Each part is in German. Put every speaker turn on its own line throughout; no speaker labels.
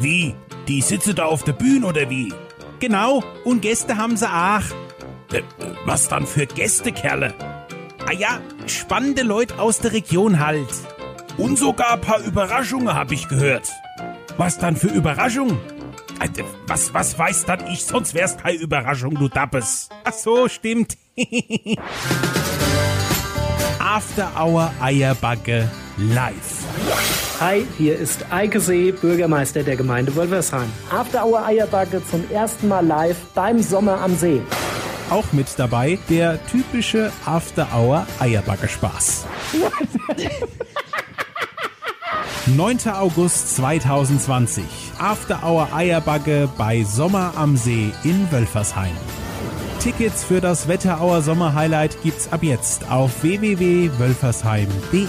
Wie? Die sitzen da auf der Bühne oder wie?
Genau, und Gäste haben sie auch.
Äh, Was dann für Gäste, Kerle?
Ah ja, spannende Leute aus der Region halt.
Und sogar ein paar Überraschungen habe ich gehört. Was dann für Überraschung? Äh, d- Was, was weiß dann ich, sonst wär's keine Überraschung, du Dappes.
Ach so, stimmt. After Hour Eierbacke live.
Hi, hier ist Eike See, Bürgermeister der Gemeinde Wolversheim.
After Hour Eierbacke zum ersten Mal live beim Sommer am See.
Auch mit dabei der typische After Hour Eierbacke Spaß. 9. August 2020. After Hour Eierbacke bei Sommer am See in Wölfersheim. Tickets für das Wetterauer Sommer Highlight gibt's ab jetzt auf www.wölfersheim.de.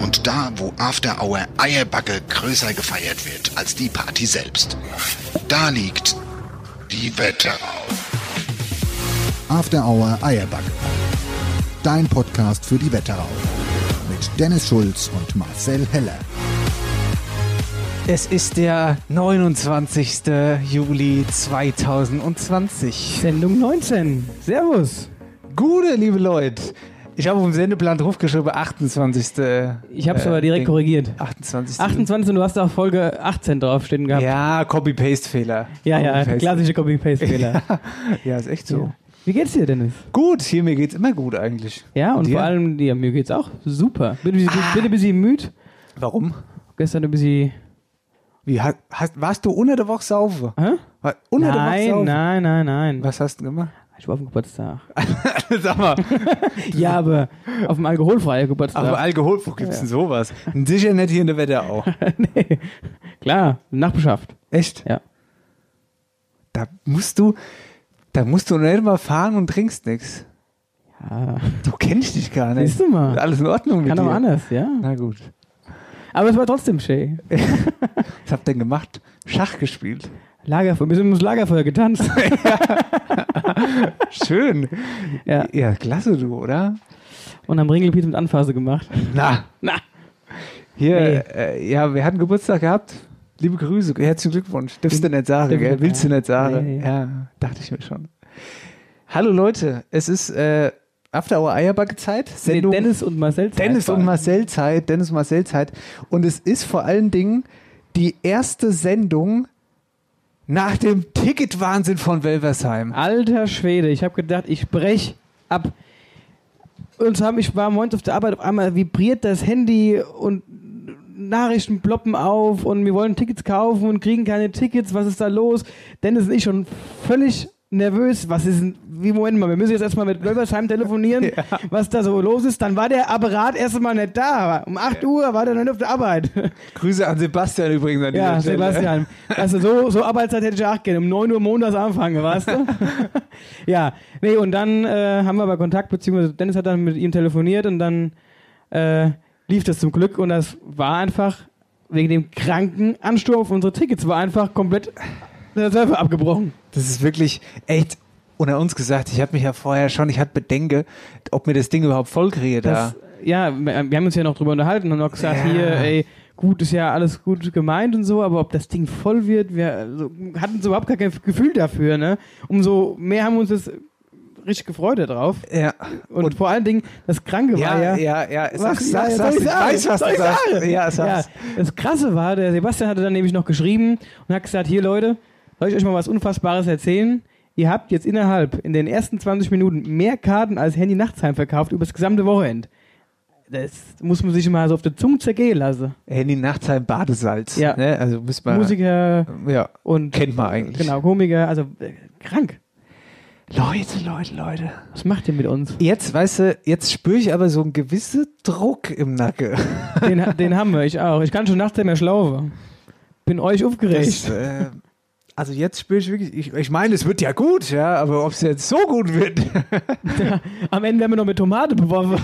Und da, wo After Hour Eierbacke größer gefeiert wird als die Party selbst. Da liegt die Wetterau.
After Hour Eierbacke. Dein Podcast für die Wetterau. Mit Dennis Schulz und Marcel Heller.
Es ist der 29. Juli 2020.
Sendung 19.
Servus. Gute, liebe Leute. Ich habe auf dem Sendeplan draufgeschrieben, 28.
Ich hab's aber direkt
Ding.
korrigiert.
28.
28 und du hast auch Folge 18 draufstehen gehabt.
Ja, Copy-Paste-Fehler.
Ja, ja,
Copy-Paste.
klassische Copy-Paste-Fehler.
Ja, ist echt so.
Wie geht's dir, Dennis?
Gut, hier mir geht's immer gut eigentlich.
Ja, und
dir? Ah.
vor allem dir, mir geht's auch super. Bin ein bisschen, bin ein bisschen müde.
Warum?
Gestern ein bisschen.
Wie, hast, hast, warst du unter der Woche saufen?
Hä?
War- Unter der Woche
Nein,
saufen?
nein, nein, nein.
Was hast du gemacht?
Ich war auf dem Geburtstag.
Sag mal,
Ja, aber auf dem alkoholfreien Geburtstag.
aber Alkohol, wo gibt's denn sowas? Sicher nicht hier in der Wetterau.
nee. Klar, Nachbarschaft.
Echt?
Ja.
Da musst du, da musst du nicht mal fahren und trinkst nichts.
Ah,
Du kennst dich gar nicht.
Siehst du mal.
Alles in Ordnung mit
kann
dir.
auch anders, ja.
Na gut.
Aber es war trotzdem schön.
Was habt ihr denn gemacht? Schach gespielt.
Lagerfeuer. Wir sind ums Lagerfeuer getanzt.
Schön.
ja.
ja, klasse du, oder?
Und haben Ringelpiet mit Anphase gemacht.
Na,
Na,
hier,
Nee.
äh, ja, wir hatten Geburtstag gehabt. Liebe Grüße, herzlichen Glückwunsch. Darfst du nicht sagen,
Darf ich
gell?
nicht,
Willst
ja.
du nicht sagen?
Nee, nee.
Ja, dachte ich mir schon. Hallo Leute, es ist äh, After Hour Eierbacke Zeit.
nee,
Sendung
Dennis und Marcel.
Dennis
Zeitfahrt.
und Marcel Zeit, Dennis und Marcel Zeit. Und es ist vor allen Dingen die erste Sendung nach dem Ticketwahnsinn von Welversheim.
Alter Schwede, ich habe gedacht, ich brech ab. Und haben, ich war morgens auf der Arbeit, auf einmal vibriert das Handy und Nachrichten ploppen auf und wir wollen Tickets kaufen und kriegen keine Tickets. Was ist da los? Dennis und ich schon völlig nervös. Was ist denn, wie, Moment mal, wir müssen jetzt erstmal mit Wölbersheim telefonieren, was da so los ist. Dann war der Apparat erstmal nicht da. Um 8 Uhr war der noch nicht auf der Arbeit.
Grüße an Sebastian übrigens an
Ja,
dieser Stelle.
Sebastian. Weißt du, so, so Arbeitszeit hätte ich auch gerne. Um 9 Uhr montags anfangen, weißt du? ja, nee, und dann äh, haben wir aber Kontakt, beziehungsweise Dennis hat dann mit ihm telefoniert und dann äh, lief das zum Glück und das war einfach wegen dem kranken Ansturm auf unsere Tickets, war einfach komplett der Server abgebrochen.
Das ist wirklich echt unter uns gesagt. Ich habe mich ja vorher schon, ich hatte Bedenke, ob mir das Ding überhaupt vollkriege da.
Das, ja, wir wir haben uns ja noch drüber unterhalten und haben auch gesagt,
Ja.
hier, ey, gut, ist ja alles gut gemeint und so, aber ob das Ding voll wird, wir also, hatten so überhaupt gar kein Gefühl dafür, ne? Umso mehr haben wir uns das richtig gefreut darauf.
Ja.
Und, vor allen Dingen, das Kranke war
Ja,
ja.
ja, ja. Sag,
Was-
sag,
ja,
sag,
soll
ich
ich sagen?
weiß, was
Soll
du
ich
sagst.
sagen?
Ja, sag's.
Ja, das Krasse war, der Sebastian hatte dann nämlich noch geschrieben und hat gesagt, hier Leute, soll ich euch mal was Unfassbares erzählen? Ihr habt jetzt innerhalb in den ersten 20 Minuten mehr Karten als Handy Nachtsheim verkauft über das gesamte Wochenende. Das muss man sich mal so auf der Zunge zergehen lassen.
Handy Nachtsheim Badesalz.
Ja.
Ne? Also müssen wir.
Musiker
Ja.
und
Kennt man eigentlich.
genau Komiker, also äh, krank.
Leute, Leute, Leute.
Was macht ihr mit uns?
Jetzt, weißt du, jetzt spüre ich aber so einen gewissen Druck im Nacken.
Den, ha- den haben wir, ich auch. Ich kann schon nachts nicht mehr schlafen. bin euch aufgeregt.
Das, äh, also jetzt spüre ich wirklich, ich, ich meine, es wird ja gut, ja, aber ob es jetzt so gut wird,
Am Ende werden wir noch mit Tomate beworfen.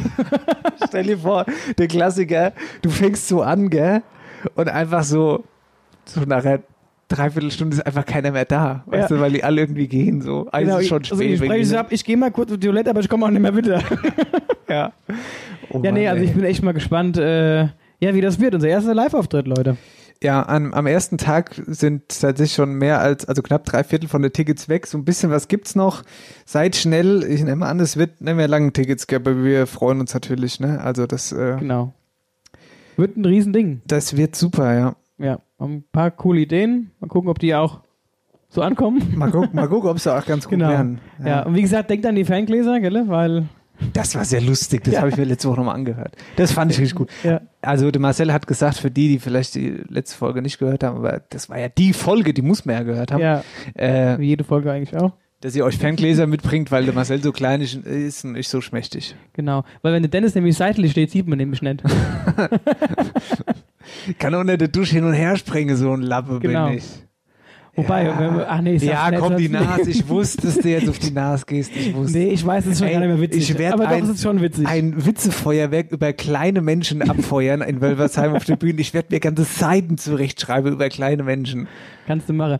stell dir vor, der Klassiker, du fängst so an, gell, und einfach so, so nachher dreiviertel Stunde ist einfach keiner mehr da, weißt
Ja.
du, weil die alle irgendwie gehen, so, eins ist schon
also ich
spät.
spreche es
wegen-
ab, ich gehe mal kurz auf die Toilette, aber ich komme auch nicht mehr wieder.
ja. Oh
Ja,
Mann,
nee, also
ey.
ich bin echt mal gespannt, äh, ja, wie das wird. Unser erster Live-Auftritt, Leute.
Ja, am, am ersten Tag sind tatsächlich schon mehr als, also knapp drei Viertel von den Tickets weg. So ein bisschen was gibt's noch. Seid schnell. Ich nehme an, es wird nicht mehr lange Tickets geben, aber wir freuen uns natürlich, ne? Also das, äh,
Genau. Wird ein Riesending.
das wird super, ja.
Ja, haben ein paar coole Ideen. Mal gucken, ob die auch so ankommen.
Mal gucken, mal gucken, ob's da auch ganz gut
Genau.
werden.
Ja. und wie gesagt, denkt an die Ferngläser, gell? Weil,
Das war sehr lustig, das
Ja.
habe ich mir letzte Woche nochmal angehört. Das fand ich richtig gut.
Ja.
Also der Marcel hat gesagt, für die, die vielleicht die letzte Folge nicht gehört haben, aber das war ja die Folge, die muss man ja gehört haben,
ja,
äh,
wie jede Folge eigentlich auch.
dass ihr euch Ferngläser mitbringt, weil der Marcel so klein ist, ist und ich so schmächtig.
Genau. Weil wenn der Dennis nämlich seitlich steht, sieht man nämlich nicht.
kann unter der Dusche hin und her springen, so ein Lappe
Genau.
bin ich.
Wobei, wenn wir, ach nee, ich
Ja,
sag's nicht,
komm, die
sonst-
Nase. Ich wusste, dass du jetzt auf die Nase gehst. Ich wusste.
Nee, ich weiß, es ist schon
Ey,
gar nicht mehr witzig.
ich werd
aber doch,
ein-
es ist schon witzig.
Ein Witzefeuerwerk über kleine Menschen abfeuern in Wölversheim auf der Bühne. Ich werde mir ganze Seiten zurechtschreiben über kleine Menschen.
Kannst du machen.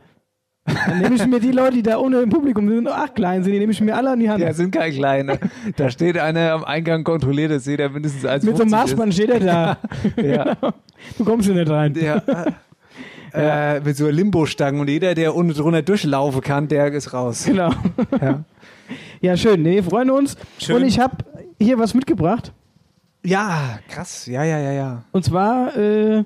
Dann nehme ich mir die Leute, die da ohne im Publikum sind, ach klein sind, die nehme ich mir alle an die Hand.
Ja, sind keine kleine. Da steht einer am Eingang kontrolliert, dass jeder mindestens eins
Mit so einem Marschband steht er da.
Ja,
Du kommst hier nicht rein.
ja. Äh, mit so Limbo-Stangen und jeder, der unten drunter durchlaufen kann, der ist raus.
Genau.
Ja.
Ja, schön. Nee, wir freuen uns.
Schön.
Und ich habe hier was mitgebracht.
Ja, krass. Ja, ja, ja, ja.
Und zwar äh,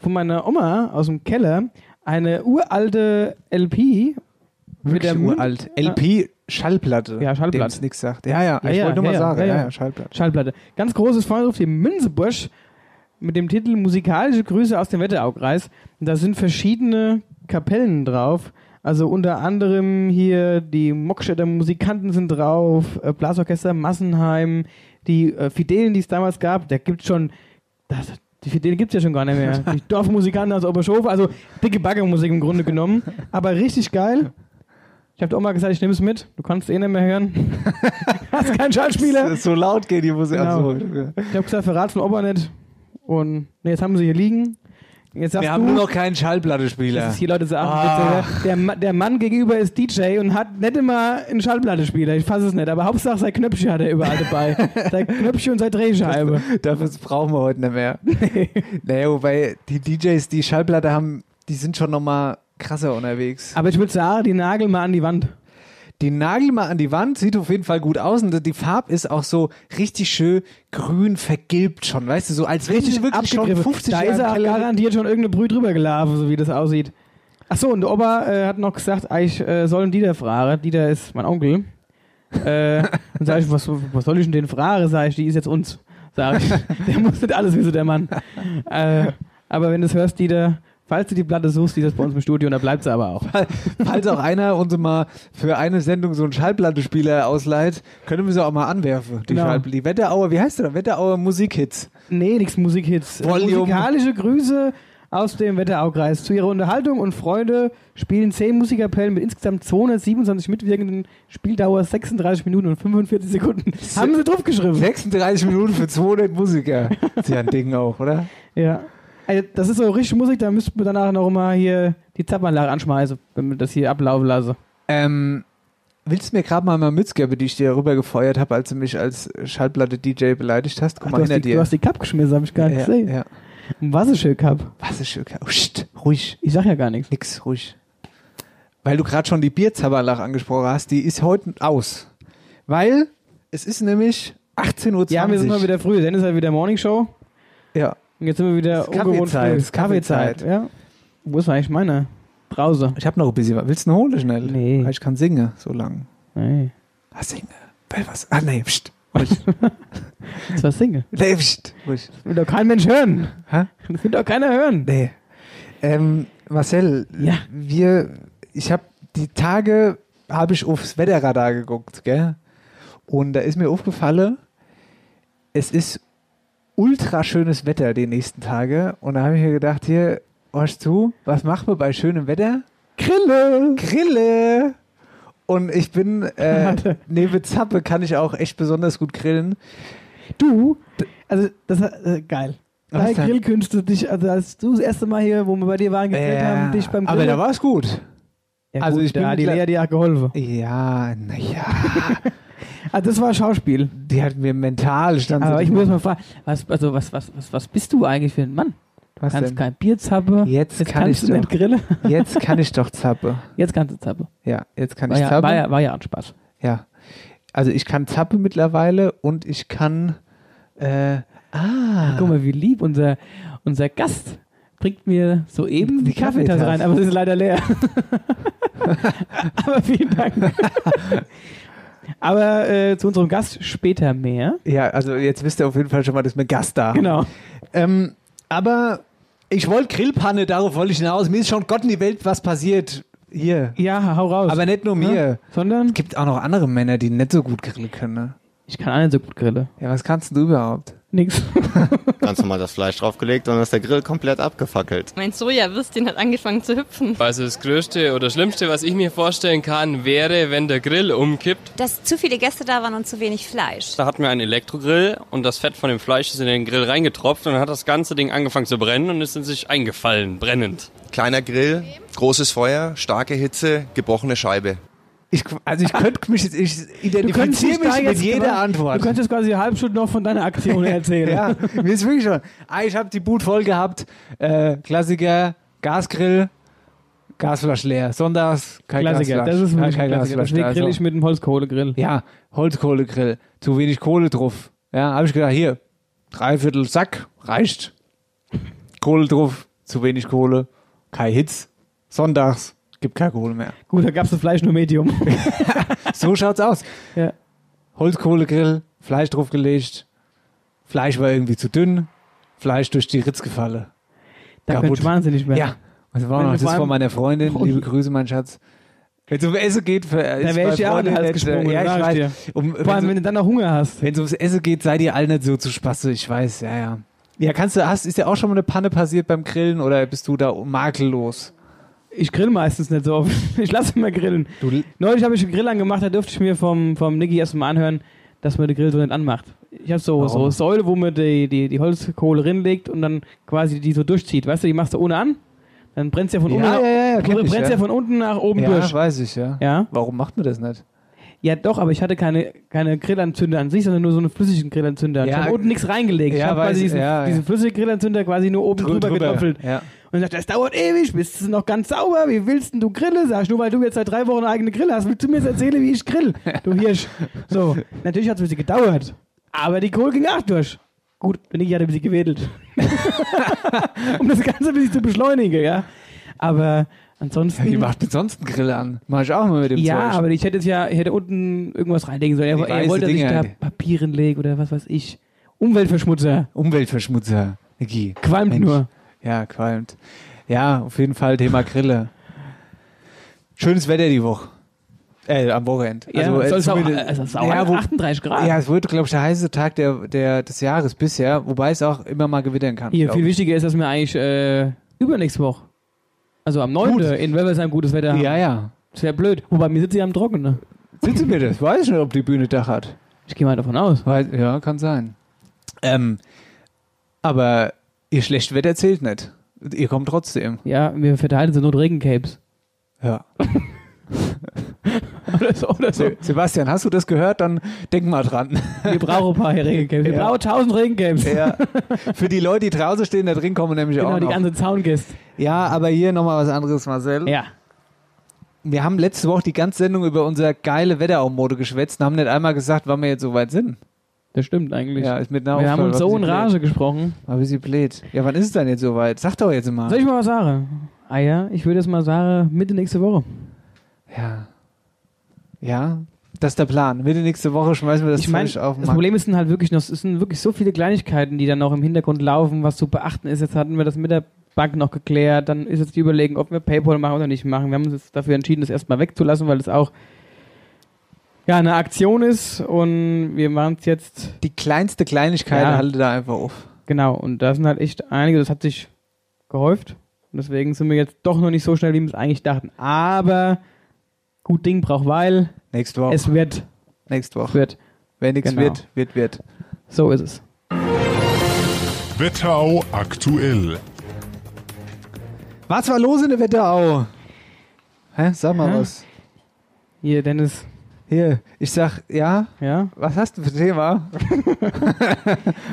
von meiner Oma aus dem Keller eine uralte LP. Mit
Wirklich
der Mund-
uralt. LP, Schallplatte.
Ja, Schallplatte.
Dem's nix sagt. Ja, ja,
Ja,
ich
ja,
wollte nur mal
ja, ja,
sagen. Ja,
ja,
ja,
ja.
Schallplatte.
Schallplatte. Ganz großes Vorhang auf dem Münzebusch mit dem Titel Musikalische Grüße aus dem Wetteraukreis. Und Da sind verschiedene Kapellen drauf. Also unter anderem hier die Mockstädter Musikanten sind drauf, äh, Blasorchester Massenheim, die äh, Fidelen, die es damals gab. Da gibt es schon, das, die Fidelen gibt es ja schon gar nicht mehr. Die Dorfmusikanten aus Oberschofe, also dicke Baggermusik im Grunde genommen. Aber richtig geil. Ich habe auch mal gesagt, ich nehme es mit. Du kannst eh nicht mehr hören. Hast keinen Schallspieler.
Das ist So laut geht die Musik. also.
Genau.
Ach so.
Ich hab gesagt, verrat von Opa nicht. Und nee, jetzt haben sie hier liegen. Jetzt sagst
Wir
du,
haben nur noch Ah. keinen
das
Schallplattenspieler.
ist hier Leute sagen, der, Ma- der Mann gegenüber ist DJ und hat nicht immer einen Schallplattenspieler. Ich fasse es nicht, aber Hauptsache sein Knöpfchen hat er überall dabei. sein Knöpfchen und seine Drehscheibe.
Dafür brauchen wir heute nicht mehr. naja, wobei die DJs, die Schallplatte haben, die sind schon nochmal krasser unterwegs.
Aber ich würde sagen, die Nagel mal an die Wand.
Die Nagel mal an die Wand sieht auf jeden Fall gut aus und die Farbe ist auch so richtig schön grün vergilbt schon, weißt du, so als wenn sie wirklich schon
Abgegriffen.
50
Da
Jahre
ist
im
er
Keller-
garantiert schon irgendeine Brühe drüber gelaufen, so wie das aussieht. Achso, und der Opa äh, hat noch gesagt, ich äh, soll einen Dieter fragen. Dieter ist mein Onkel. Äh, dann sag ich, was, was soll ich denn den fragen? Sag ich, die ist jetzt uns. Sag ich, der muss nicht alles wissen, der Mann. Äh, aber wenn du es hörst, Dieter, falls du die Platte suchst, die ist bei uns im Studio und da bleibt sie aber auch.
Falls auch einer uns mal für eine Sendung so einen Schallplattenspieler ausleiht, können wir sie auch mal anwerfen. Die,
Genau.
Schallpl- die Wetterauer, wie heißt der? denn? Wetterauer Musikhits.
Nee, nix Musikhits. Äh,
Volume.
Musikalische Grüße aus dem Wetteraukreis. Zu ihrer Unterhaltung und Freude spielen zehn Musikappellen mit insgesamt 227 Mitwirkenden, Spieldauer 36 Minuten und 45 Sekunden. Haben sie draufgeschrieben.
36 Minuten für 200 Musiker. Ist ja ein Ding auch, oder?
Ja. Also, das ist so richtige Musik, da müssten wir danach noch mal hier die Zapfanlage anschmeißen, wenn wir das hier ablaufen lassen.
Ähm, willst du mir gerade mal meine Mütze geben, die ich dir rübergefeuert habe, als du mich als Schallplatte-DJ beleidigt hast? Guck
Ach,
mal
du, hast
hinter
die, du
dir.
hast die Cup geschmissen, hab ich gar nicht
ja,
gesehen.
ja.
Was ist schön Cup?
Was ist schön? Oh, scht, ruhig.
Ich sag ja gar nichts.
Nix, ruhig. Weil du gerade schon die Bierzabalach angesprochen hast, die ist heute aus. Weil es ist nämlich 18.20 Uhr.
Ja, wir sind mal wieder früh. Dann ist halt wieder Morning Show.
Ja,
Und jetzt sind wir wieder
Es ist Kaffeezeit,
früh.
es ist Kaffeezeit.
Kaffeezeit, ja. Wo ist eigentlich meine? Draußen.
ich habe noch ein bisschen was. Willst du eine Hole schnell?
Nee.
Weil Ich kann singen so lang.
Nee.
Ah, singe. Weil was? Ah, nee, pst.
Das war Single.
Nee, pst. Ruhig.
Das will doch kein Mensch hören.
Hä?
Das will doch keiner hören.
Nee. Ähm, Marcel,
Ja.
wir, ich habe die Tage, habe ich aufs Wetterradar geguckt, gell? Und da ist mir aufgefallen, es ist ultra schönes Wetter die nächsten Tage. Und da habe ich mir gedacht, hier, hörst du, was machen wir bei schönem Wetter?
Grille!
Grille! Und ich bin, äh, neben Zappe kann ich auch echt besonders gut grillen.
Du, also das äh, geil.
Was
Drei
denn?
Grillkünste, dich, also als du das erste Mal hier, wo wir bei dir waren, gegrillt haben, dich beim Grillen.
Äh, aber da war es gut.
ja,
also
gut,
ich bin
da hat die
mittler-
Lea dir auch geholfen.
Ja, naja.
Ah,
Also das war Schauspiel.
Die hat mir mental stand
Aber ich muss mal fragen, was, also was, was, was, was bist du eigentlich für ein Mann? Du
Was
kannst
denn?
kein Bier zappen.
Jetzt kann
kannst
ich
du
doch.
nicht grillen.
Jetzt kann ich doch Zappe.
Jetzt kannst du zappen.
Ja, jetzt kann
War
ich
ja,
Zappe.
war, ja, war ja ein Spaß.
Ja. Also ich kann Zappe mittlerweile und ich kann äh, ah,
Guck mal, wie lieb unser, unser Gast bringt mir soeben die Kaffeetasse rein, aber sie ist leider leer. aber vielen Dank. aber äh, zu unserem Gast später mehr.
ja, also jetzt wisst ihr auf jeden Fall schon mal, dass wir Gast da haben.
Genau.
Ähm, aber ich wollte Grillpanne, darauf wollte ich hinaus. Mir ist schon Gott in die Welt, was passiert hier.
Ja, hau raus.
Aber nicht nur
Ja.
mir.
Sondern
Es gibt auch noch andere Männer, die nicht so gut grillen können. Ne?
ich kann einen so gut grillen.
Ja, was kannst du überhaupt?
Nix.
Ganz normal das Fleisch draufgelegt und dann ist der Grill komplett abgefackelt.
Mein Sojawürstchen hat angefangen zu hüpfen.
Also das Größte oder Schlimmste, was ich mir vorstellen kann, wäre, wenn der Grill umkippt.
Dass zu viele Gäste da waren und zu wenig Fleisch.
Da hatten wir einen Elektrogrill und das Fett von dem Fleisch ist in den Grill reingetropft und dann hat das ganze Ding angefangen zu brennen und ist in sich eingefallen, brennend.
Kleiner Grill, großes Feuer, starke Hitze, gebrochene Scheibe.
Ich, also ich könnte mich jetzt, ich identifiziere mich mit jeder Antwort.
genau- Du könntest quasi eine halbe Stunde noch von deiner Aktion erzählen.
Ja, mir ist wirklich schon. Ah, ich habe die Boot voll gehabt. Äh, Klassiker, Gasgrill, Gasflasch leer. Sonntags kein
Klassiker,
Gasflasch.
das ist
Ja,
wirklich
kein
ein Klassiker.
Gasflasch.
Deswegen grill
Also,
ich mit dem Holzkohlegrill.
ja, Holzkohlegrill, zu wenig Kohle drauf. Ja, habe ich gedacht, hier, dreiviertel Sack, reicht. Kohle drauf, zu wenig Kohle, kein Hitz. Sonntags gibt keine Kohle mehr.
Gut, da gab es das Fleisch nur Medium.
So schaut's aus.
Ja.
Holzkohlegrill, Fleisch draufgelegt. Fleisch war irgendwie zu dünn. Fleisch durch die Ritz gefallen.
Da
Kaputt.
könnte ich wahnsinnig werden.
Ja. Das war
Wenn
noch
du
das
vor
von
allem-
meiner Freundin.
Oh je.
Liebe Grüße, mein Schatz. Wenn es um Essen geht, für,
Da wäre ich ja auch in den Hals gesprungen.
äh, Ja,
sag ich
ich weiß. Um,
Vor allem, wenn
wenn
du dann noch Hunger hast.
es ums Essen geht, seid ihr alle nicht so zu Spaß. Ich weiß, ja, ja. Ja, kannst du, hast, ist ja auch schon mal eine Panne passiert beim Grillen oder bist du da makellos?
Ich grill meistens nicht so oft. Ich lasse immer grillen.
Du,
Neulich habe ich einen Grill angemacht, da durfte ich mir vom, vom Niggi erstmal anhören, dass man den Grill so nicht anmacht. Ich habe so, so
Warum?
Säule, wo man die, die, die Holzkohle rinlegt und dann quasi die so durchzieht. Weißt du, die machst du ohne an, dann brennst du ja von unten
ja, ja, ja, ja,
nach,
kenn ich,
brennst ja.
ja.
von unten nach oben
ja,
durch.
weiß ich, ja.
Ja?
Warum macht man das nicht?
ja, doch, aber ich hatte keine, keine Grillanzünder an sich, sondern nur so einen flüssigen Grillanzünder. Ich
Ja.
habe unten nichts reingelegt. ich
Ja,
habe
weiß
quasi
ich,
diesen,
ja, ja.
diesen flüssigen Grillanzünder quasi nur oben drüber, gedoppelt.
Ja.
Und sagt, das dauert ewig, bist du noch ganz sauber, wie willst denn du Grille? Sag ich, nur weil du jetzt seit drei Wochen eine eigene Grille hast, willst du mir jetzt erzählen, wie ich grill? Du Hirsch. So, natürlich hat es ein bisschen gedauert, aber die Kohle ging auch durch. Gut, bin ich hatte ein bisschen gewedelt. um das Ganze ein bisschen zu beschleunigen, ja. Aber ansonsten.
Wie macht denn sonst einen Grill an? Mach ich auch mal mit dem
ja,
Zeug.
aber ich hätte jetzt ja, ich hätte unten irgendwas reinlegen sollen.
Die
Er, er
weiße
wollte, dass ich
Dinger,
da
die-
Papieren lege oder was weiß ich. Umweltverschmutzer.
Umweltverschmutzer, Niki.
Qualmt
Mensch.
nur.
Ja, qualmt. Ja, auf jeden Fall Thema Grille. Schönes Wetter die Woche. Äh, am Wochenende.
ja,
äh,
soll es auch,
zumindest-
also es ist auch
ja, wo,
38 Grad.
ja, es wurde, glaube ich, der heißeste Tag der, der, des Jahres bisher, wobei es auch immer mal gewittern kann.
Hier,
glaub
viel
ich.
wichtiger ist, dass wir eigentlich äh, übernächste Woche, also am 9.
Gut.
in Wölversheim gutes Wetter haben.
ja, ja.
Das wäre blöd. Wobei, mir sitzt ja am Trockenen. ne?
Sitzen wir das? Weiß ich nicht, ob die Bühne Dach hat.
Ich gehe mal davon aus.
Weiß, ja, kann sein. Ähm, aber ihr schlecht Wetter zählt nicht. Ihr kommt trotzdem.
Ja, wir verteilen so Not Regencapes.
Ja.
Oder so, oder so.
Se- Sebastian, hast du das gehört? Dann denk mal dran.
Wir brauchen ein paar Regencapes. Wir
Ja.
brauchen 1000 Regencapes.
Ja. Für die Leute, die draußen stehen, da drin kommen nämlich
Genau,
auch
die
noch.
ganze Zaungäste.
ja, aber hier nochmal was anderes, Marcel.
Ja.
Wir haben letzte Woche die ganze Sendung über unser geile Wetteraumode geschwätzt und haben nicht einmal gesagt, wann wir jetzt so weit sind.
Das stimmt eigentlich.
Ja, ist mit einer
wir haben
Aufgabe.
uns
War
so in
ein bisschen
Rage gesprochen.
blöd. War ein bisschen blöd. Ja, wann ist es denn jetzt so weit? Sag doch jetzt mal.
Soll ich mal was sagen? Ah ja, ich würde jetzt mal sagen, Mitte nächste Woche.
ja. Ja, das ist der Plan. Mitte nächste Woche schmeißen wir das
ich meine,
Zeug auf
das
den Markt.
Problem ist dann halt wirklich noch, es sind wirklich so viele Kleinigkeiten, die dann noch im Hintergrund laufen, was zu beachten ist. Jetzt hatten wir das mit der Bank noch geklärt, dann ist jetzt die Überlegung, ob wir PayPal machen oder nicht machen. Wir haben uns jetzt dafür entschieden, das erstmal wegzulassen, weil es auch ja eine Aktion ist und wir machen es jetzt
Die kleinste Kleinigkeit
Ja.
halte da einfach auf.
genau. Und da sind halt echt einige, das hat sich gehäuft Und deswegen sind wir jetzt doch noch nicht so schnell, wie wir es eigentlich dachten. Aber gut Ding braucht Weil.
Nächste Woche.
Es wird.
Nächste Woche.
Wird.
Wenn nichts
Genau.
wird, wird, wird.
So ist es.
Wetterau aktuell.
Was war los in der Wetterau? Hä? Sag mal
Hä?
was.
Hier, Dennis.
Hier, ich sag, ja?
Ja?
Was hast du für ein Thema?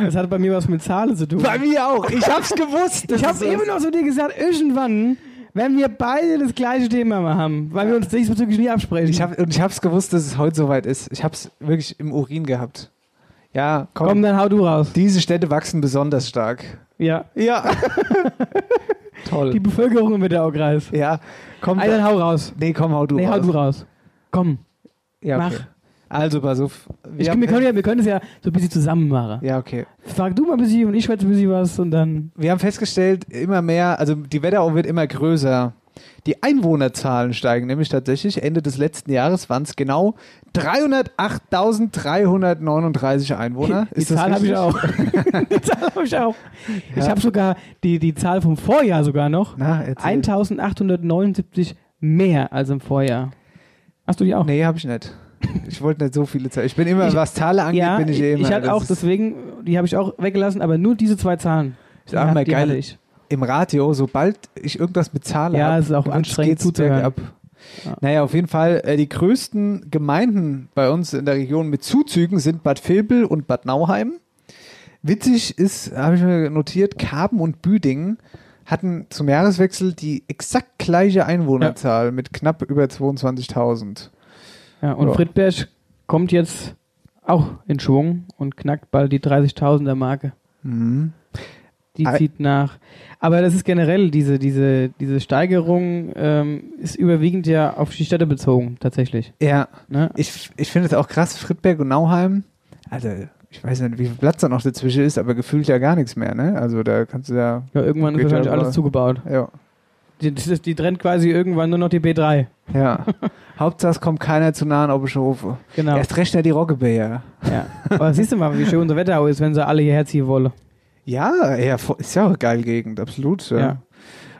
Das hat bei mir was mit Zahlen zu tun.
Bei mir auch. Ich hab's gewusst. dass
Ich
es
habe
so
eben
ist.
noch zu dir gesagt, irgendwann werden wir beide das gleiche Thema mal haben, weil wir uns diesbezüglich nie absprechen.
Ich hab, und ich hab's gewusst, dass es heute soweit ist. Ich hab's wirklich im Urin gehabt. Ja, komm. ne-
Komm, dann hau du raus.
Diese Städte wachsen besonders stark.
ja.
Ja. Toll.
Die Bevölkerung im Wetteraukreis.
ja, komm.
Ey, dann hau raus.
nee, komm, hau du
nee,
raus.
hau du raus. Komm.
Ja, okay.
Mach.
Also, pass auf.
Ich, wir, können ja, wir können das ja so ein bisschen zusammen machen.
ja, okay.
Frag du mal ein bisschen und ich schwätze ein bisschen was und dann.
Wir haben festgestellt, immer mehr, also die Wetterau wird immer größer. Die Einwohnerzahlen steigen nämlich tatsächlich. Ende des letzten Jahres waren es genau 308.339 Einwohner.
Die Zahl habe ich
richtig?
auch. die Zahl habe ich auch. Ich
Ja.
habe sogar die, die Zahl vom Vorjahr sogar noch.
Na, erzähl.
1879 mehr als im Vorjahr. Hast du die auch?
Nee, habe ich nicht. Ich wollte nicht so viele Zahlen. Ich bin immer,
Ich-
was Zahlen angeht,
ja,
bin ich eh immer.
ich hatte
das
auch,
ist-
deswegen, die habe ich auch weggelassen, aber nur diese zwei Zahlen.
Ist auch mal
die
geil.
hatte ich.
im Radio, sobald ich irgendwas mit Zahlen
Ja,
habe,
ist auch
wird's-
anstrengend
geht's
zuzuhören.
bergab. Naja, auf jeden Fall, äh, die größten Gemeinden bei uns in der Region mit Zuzügen sind Bad Vilbel und Bad Nauheim. Witzig ist, habe ich mir notiert, Karben und Büdingen hatten zum Jahreswechsel die exakt gleiche Einwohnerzahl mit knapp über 22.000.
Ja, und
Ja.
Friedberg kommt jetzt auch in Schwung und knackt bald die 30.000er Marke.
Mhm.
Die
Ei.
zieht nach. Aber das ist generell, diese, diese, diese Steigerung ähm, ist überwiegend ja auf die Städte bezogen, tatsächlich.
Ja,
Ne?
ich, ich finde es auch krass, Friedberg und Nauheim, also ich weiß nicht, wie viel Platz da noch dazwischen ist, aber gefühlt ja gar nichts mehr, ne? Also da kannst du ja,
Ja, irgendwann ist
Geht ja
wahrscheinlich
aber-
alles zugebaut.
ja.
Die, die, die trennt quasi irgendwann nur noch die B3.
Ja. Hauptsache es kommt keiner zu nah an Obischhofe.
Genau.
Erst recht nicht die Roggebär.
Ja. Aber siehst du mal, wie schön unser Wetterau ist, wenn sie alle hierher ziehen wollen.
Ja, ja, vo- ist ja auch eine geile Gegend, absolut. Ja,
Ja.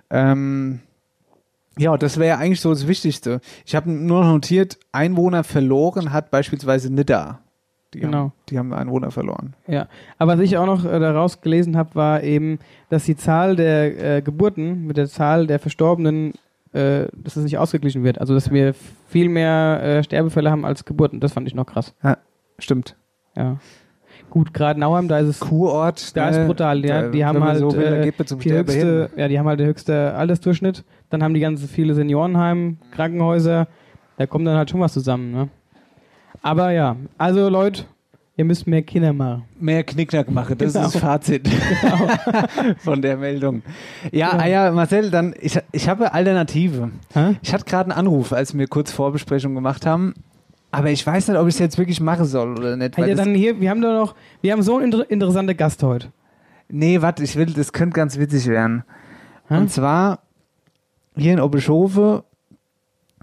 ähm, ja das wäre ja eigentlich so das Wichtigste. Ich habe nur noch notiert, Einwohner verloren hat beispielsweise Nidda. Die Haben,
Genau.
die haben einen Einwohner verloren.
Ja, aber was ich auch noch äh, daraus gelesen habe, war eben, dass die Zahl der äh, Geburten mit der Zahl der Verstorbenen, äh, dass das nicht ausgeglichen wird. Also, dass wir viel mehr äh, Sterbefälle haben als Geburten. Das fand ich noch krass.
Stimmt.
Ja. Gut, gerade Nauheim, da ist es
Kurort.
da ist
ne,
brutal. Ja.
da-
Die haben
wenn man
halt
so will, dann
äh,
geht man zum
die
Sterbe
höchste,
hin. ne?
ja, die haben halt der höchste Altersdurchschnitt. Dann haben die ganze viele Seniorenheim, Krankenhäuser. Da kommt dann halt schon was zusammen. Ne? Aber ja, also Leute, ihr müsst mehr Kinder machen.
Mehr Knickknack mache, das
Genau.
ist das Fazit Genau. von der Meldung. Ja,
Ja.
ah ja, Marcel, dann, ich, ich habe Alternative.
Hä?
Ich hatte gerade einen Anruf, als wir kurz Vorbesprechung gemacht haben. Aber ich weiß nicht, ob ich es jetzt wirklich machen soll oder nicht.
Hey,
weil
Ah ja,
das,
dann hier, wir haben doch noch, wir haben so einen inter interessanten Gast heute.
nee, warte, ich will, das könnte ganz witzig werden.
Hä?
Und zwar hier in Obischhofe,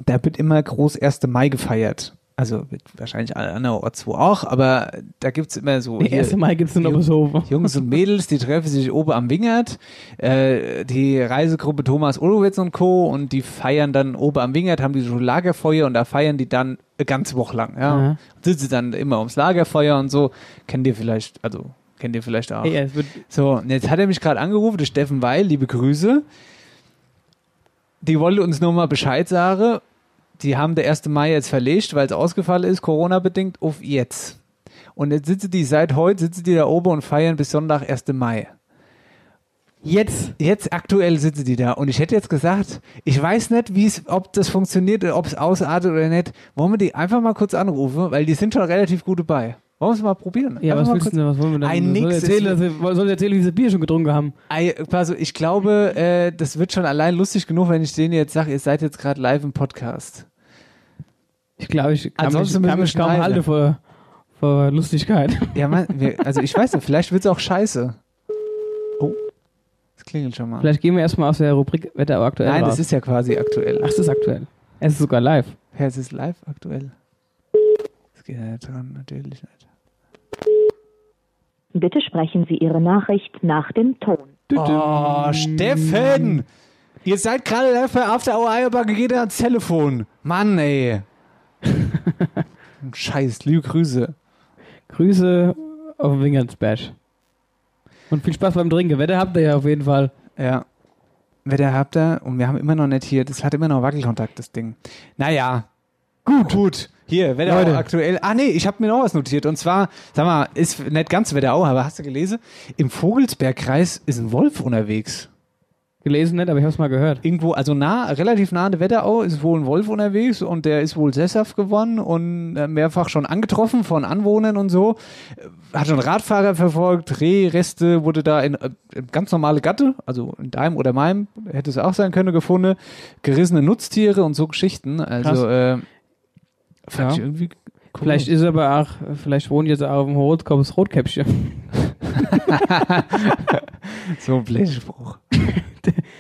da wird immer groß 1. Mai gefeiert. Also wird wahrscheinlich alle anderorts wo auch, aber da gibt es immer so.
Das
Oh, hier-
erste Mal gibt es einen
Jungs-
Oberhofer.
Jungs und Mädels, die treffen sich oben am Wingert. Äh, die Reisegruppe Thomas Olowitz und Co. und die feiern dann oben am Wingert, haben die so Lagerfeuer und da feiern die dann eine ganze Woche lang. Ja.
Ja.
Sitzen dann immer ums Lagerfeuer und so. Kennt ihr vielleicht, also kennt ihr vielleicht auch.
Hey, es wird,
So, und jetzt hat er mich gerade angerufen, der Steffen Weil, liebe Grüße. Die wollte uns nur mal Bescheid sagen. Die haben der 1. Mai jetzt verlegt, weil es ausgefallen ist, Corona-bedingt, auf jetzt. Und jetzt sitzen die seit heute, sitzen die da oben und feiern bis Sonntag, 1. Mai.
jetzt,
Jetzt aktuell sitzen die da. Und ich hätte jetzt gesagt, ich weiß nicht, wie's, ob das funktioniert oder ob es ausartet oder nicht. Wollen wir die einfach mal kurz anrufen, weil die sind schon relativ gut dabei. Wollen wir es mal probieren?
ja,
Einfach
was
mal
willst
kurz-
du denn, was wollen wir denn?
Ein
soll
Nix,
erzählen,
es
dass wir, soll erzählen, wie sie Bier schon getrunken haben?
Ey, Also ich glaube, äh, das wird schon allein lustig genug, wenn ich denen jetzt sage, ihr seid jetzt gerade live im Podcast.
Ich glaube, ich kann
Ansonsten müssen
mich, kann
wir
mich kaum
schneiden.
halten vor, vor Lustigkeit.
Ja, man, wir, also ich weiß nicht, vielleicht wird's auch scheiße. Oh, es klingelt schon mal.
Vielleicht gehen wir erstmal aus der Rubrik Wetter aber aktuell
Nein,
raus.
das ist ja quasi aktuell.
Ach, das ist aktuell. Es ist sogar live.
Ja, es ist live aktuell. Das geht ja nicht dran, natürlich halt. nicht.
Bitte sprechen Sie Ihre Nachricht nach dem Ton.
Oh, Steffen! Ihr seid gerade dafür After Hour Eierbacke, geht ans Telefon. Mann, ey. Scheiß, liebe Grüße.
Grüße auf den Wingernsbash. Und viel Spaß beim Trinken. Wetter habt ihr ja auf jeden Fall.
Ja. Wetter habt ihr und wir haben immer noch nicht hier, das hat immer noch Wackelkontakt, das Ding. Naja. Gut. Gut. Hier, Wetterau
Leute.
aktuell. Ah, nee, ich habe mir noch was notiert. Und zwar, sag mal, ist nicht ganz Wetterau, aber hast du gelesen? Im Vogelsbergkreis ist ein Wolf unterwegs.
Gelesen nicht, aber ich habe es mal gehört.
Irgendwo, also nah, relativ nah an der Wetterau ist wohl ein Wolf unterwegs und der ist wohl sesshaft geworden und äh, mehrfach schon angetroffen von Anwohnern und so. Äh, Hat schon Radfahrer verfolgt, Rehreste wurde da in äh, ganz normale Gatte, also in deinem oder meinem, hätte es auch sein können, gefunden. Gerissene Nutztiere und so Geschichten.
Krass.
Also, äh, fand
Ja.
ich irgendwie cool.
Vielleicht ist aber auch, vielleicht wohnt jetzt auch auf dem Rotkopf Rotkäppchen.
so ein Blechspruch.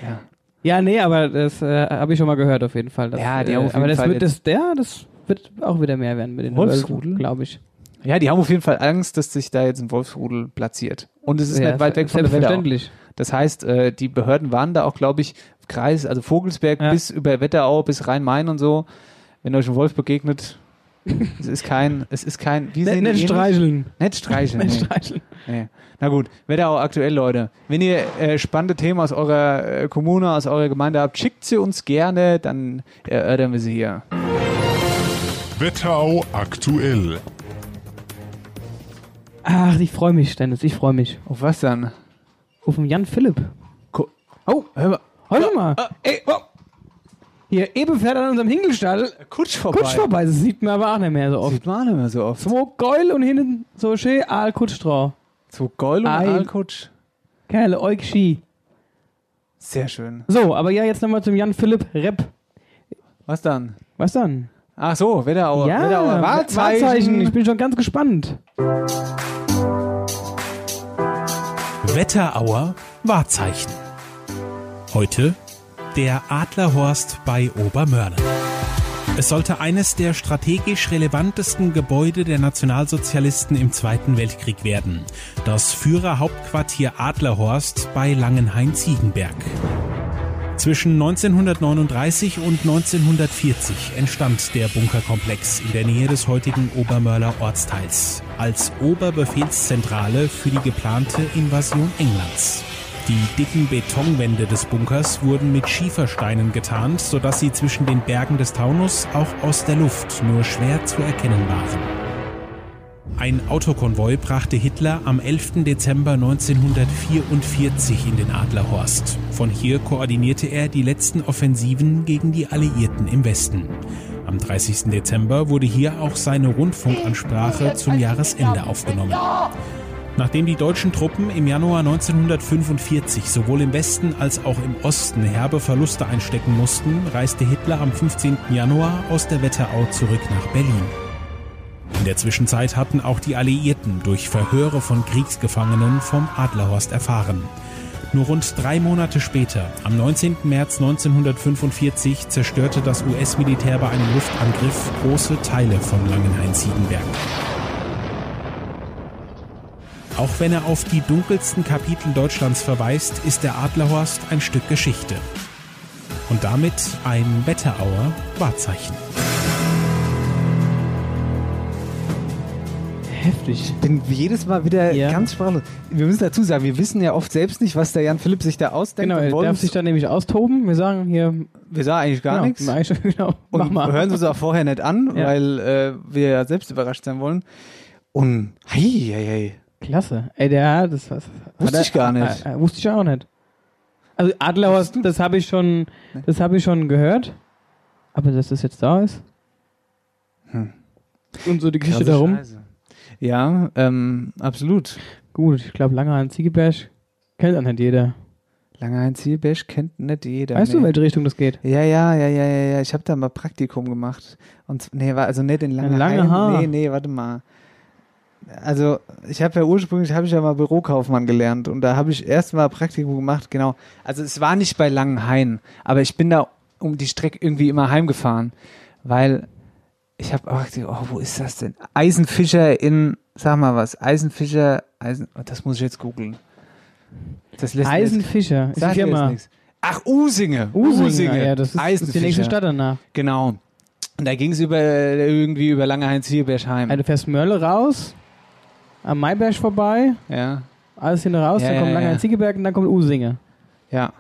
ja.
Ja, nee, aber das äh, habe ich schon mal gehört auf jeden Fall. dass,
Ja, die
äh,
haben auf
aber
jeden
das
Fall
wird das, ja, das wird auch wieder mehr werden mit den
Wolfsrudel?
glaube ich.
Ja, die haben auf jeden Fall Angst, dass sich da jetzt ein Wolfsrudel platziert. Und es ist
Ja,
nicht weit weg von der Wetterau.
selbstverständlich.
Das heißt, äh, die Behörden waren da auch, glaube ich, im Kreis, also Vogelsberg bis über Wetterau, bis Rhein-Main und so. Wenn euch ein Wolf begegnet, es ist kein, es ist kein, wie
Nicht-
sehen die ähnlich?
nicht streicheln.
Nicht streicheln.
Nicht
nee.
streicheln.
Nee. Na gut, Wetterau aktuell, Leute. Wenn ihr äh, spannende Themen aus eurer äh, Kommune, aus eurer Gemeinde habt, schickt sie uns gerne, dann erörtern wir sie hier.
Wetterau aktuell.
Ach, ich freue mich, Dennis, ich freue mich.
Auf was dann?
Auf den Jan Philipp.
Oh, hör mal.
Hör doch mal.
ey, oh.
Hier, Ebe fährt an unserem Hinkelstall.
Äh, Kutsch vorbei.
Kutsch vorbei, das sieht man aber auch nicht mehr so oft.
Sieht man auch nicht mehr so oft.
So geil und hinten so schön Aal Kutsch drauf.
So geil und
Ei.
Aal Kutsch.
Kerle, Eugski.
Sehr schön.
So, aber ja, jetzt nochmal zum Jan Philipp Repp.
Was dann?
Was dann?
Ach so, Wetterauer.
ja,
Wetterauer Wahrzeichen.
Wahrzeichen. Ich bin schon ganz gespannt.
Wetterauer Wahrzeichen. Heute der Adlerhorst bei Obermörlen. Es sollte eines der strategisch relevantesten Gebäude der Nationalsozialisten im Zweiten Weltkrieg werden. Das Führerhauptquartier Adlerhorst bei Langenhain-Ziegenberg. Zwischen 1939 und 1940 entstand der Bunkerkomplex in der Nähe des heutigen Obermörler Ortsteils als Oberbefehlszentrale für die geplante Invasion Englands. Die dicken Betonwände des Bunkers wurden mit Schiefersteinen getarnt, sodass sie zwischen den Bergen des Taunus auch aus der Luft nur schwer zu erkennen waren. Ein Autokonvoi brachte Hitler am 11. Dezember 1944 in den Adlerhorst. Von hier koordinierte er die letzten Offensiven gegen die Alliierten im Westen. Am 30. Dezember wurde hier auch seine Rundfunkansprache zum Jahresende aufgenommen. Nachdem die deutschen Truppen im Januar 1945 sowohl im Westen als auch im Osten herbe Verluste einstecken mussten, reiste Hitler am 15. Januar aus der Wetterau zurück nach Berlin. In der Zwischenzeit hatten auch die Alliierten durch Verhöre von Kriegsgefangenen vom Adlerhorst erfahren. Nur rund drei Monate später, am 19. März 1945, zerstörte das US-Militär bei einem Luftangriff große Teile von Langenhain-Ziegenberg. Auch wenn er auf die dunkelsten Kapitel Deutschlands verweist, ist der Adlerhorst ein Stück Geschichte. Und damit ein Wetterauer Wahrzeichen.
Heftig.
Bin jedes Mal wieder ganz sprachlos. Wir müssen dazu sagen, wir wissen ja oft selbst nicht, was der Jan Philipp sich da ausdenkt.
Genau,
und
er
wollen
darf
uns-
sich dann nämlich austoben. Wir sagen hier.
wir sagen eigentlich gar
genau,
nichts.
eigentlich- Genau,
Und
mach mal.
hören sie uns auch vorher nicht an,
Ja.
weil äh, wir ja selbst überrascht sein wollen. Und hei, hei, hei.
Klasse. Ey, der, das was.
Wusste
hat er-
ich gar nicht.
Äh, äh, wusste ich auch nicht. Also Adlerhorst, das habe ich schon, das habe ich schon gehört. Aber dass das jetzt da ist.
Hm.
Und so die Geschichte
Krasse
darum.
Scheiße. Ja, ähm, absolut.
Gut, ich glaube, Langerhans Ziegeberg kennt auch nicht jeder.
Langerhain-Ziebesch kennt nicht jeder.
weißt du, in welche Richtung das geht?
Ja, ja, ja, ja, ja, ja. Ich habe da mal Praktikum gemacht. Und z- nee, war also nicht in
Ein
lange,
lange Haar.
Nee, nee, warte mal. Also, ich habe ja ursprünglich habe ich ja mal Bürokaufmann gelernt und da habe ich erst mal Praktikum gemacht, genau. Also, es war nicht bei Langenhain, aber ich bin da um die Strecke irgendwie immer heimgefahren, weil ich habe auch gedacht, oh, wo ist das denn? Eisenfischer in, sag mal was, Eisenfischer, Eisen, oh, das muss ich jetzt googeln. Das lässt mir jetzt-
Eisenfischer ist die
Sagt mir jetzt
Firma.
nichts. Ach, Usinge.
Usinge, ja, das ist- ist die
Eisenfischer.
nächste Stadt danach.
Genau. Und da ging es über, irgendwie über Langerheinz-Hierbergsheim.
Also du fährst Mörle raus, am Maiberg vorbei,
Ja.
alles hin raus,
Ja,
dann kommt
ja,
lange
ja.
ein Ziegeberg und dann kommt Usinge.
Ja.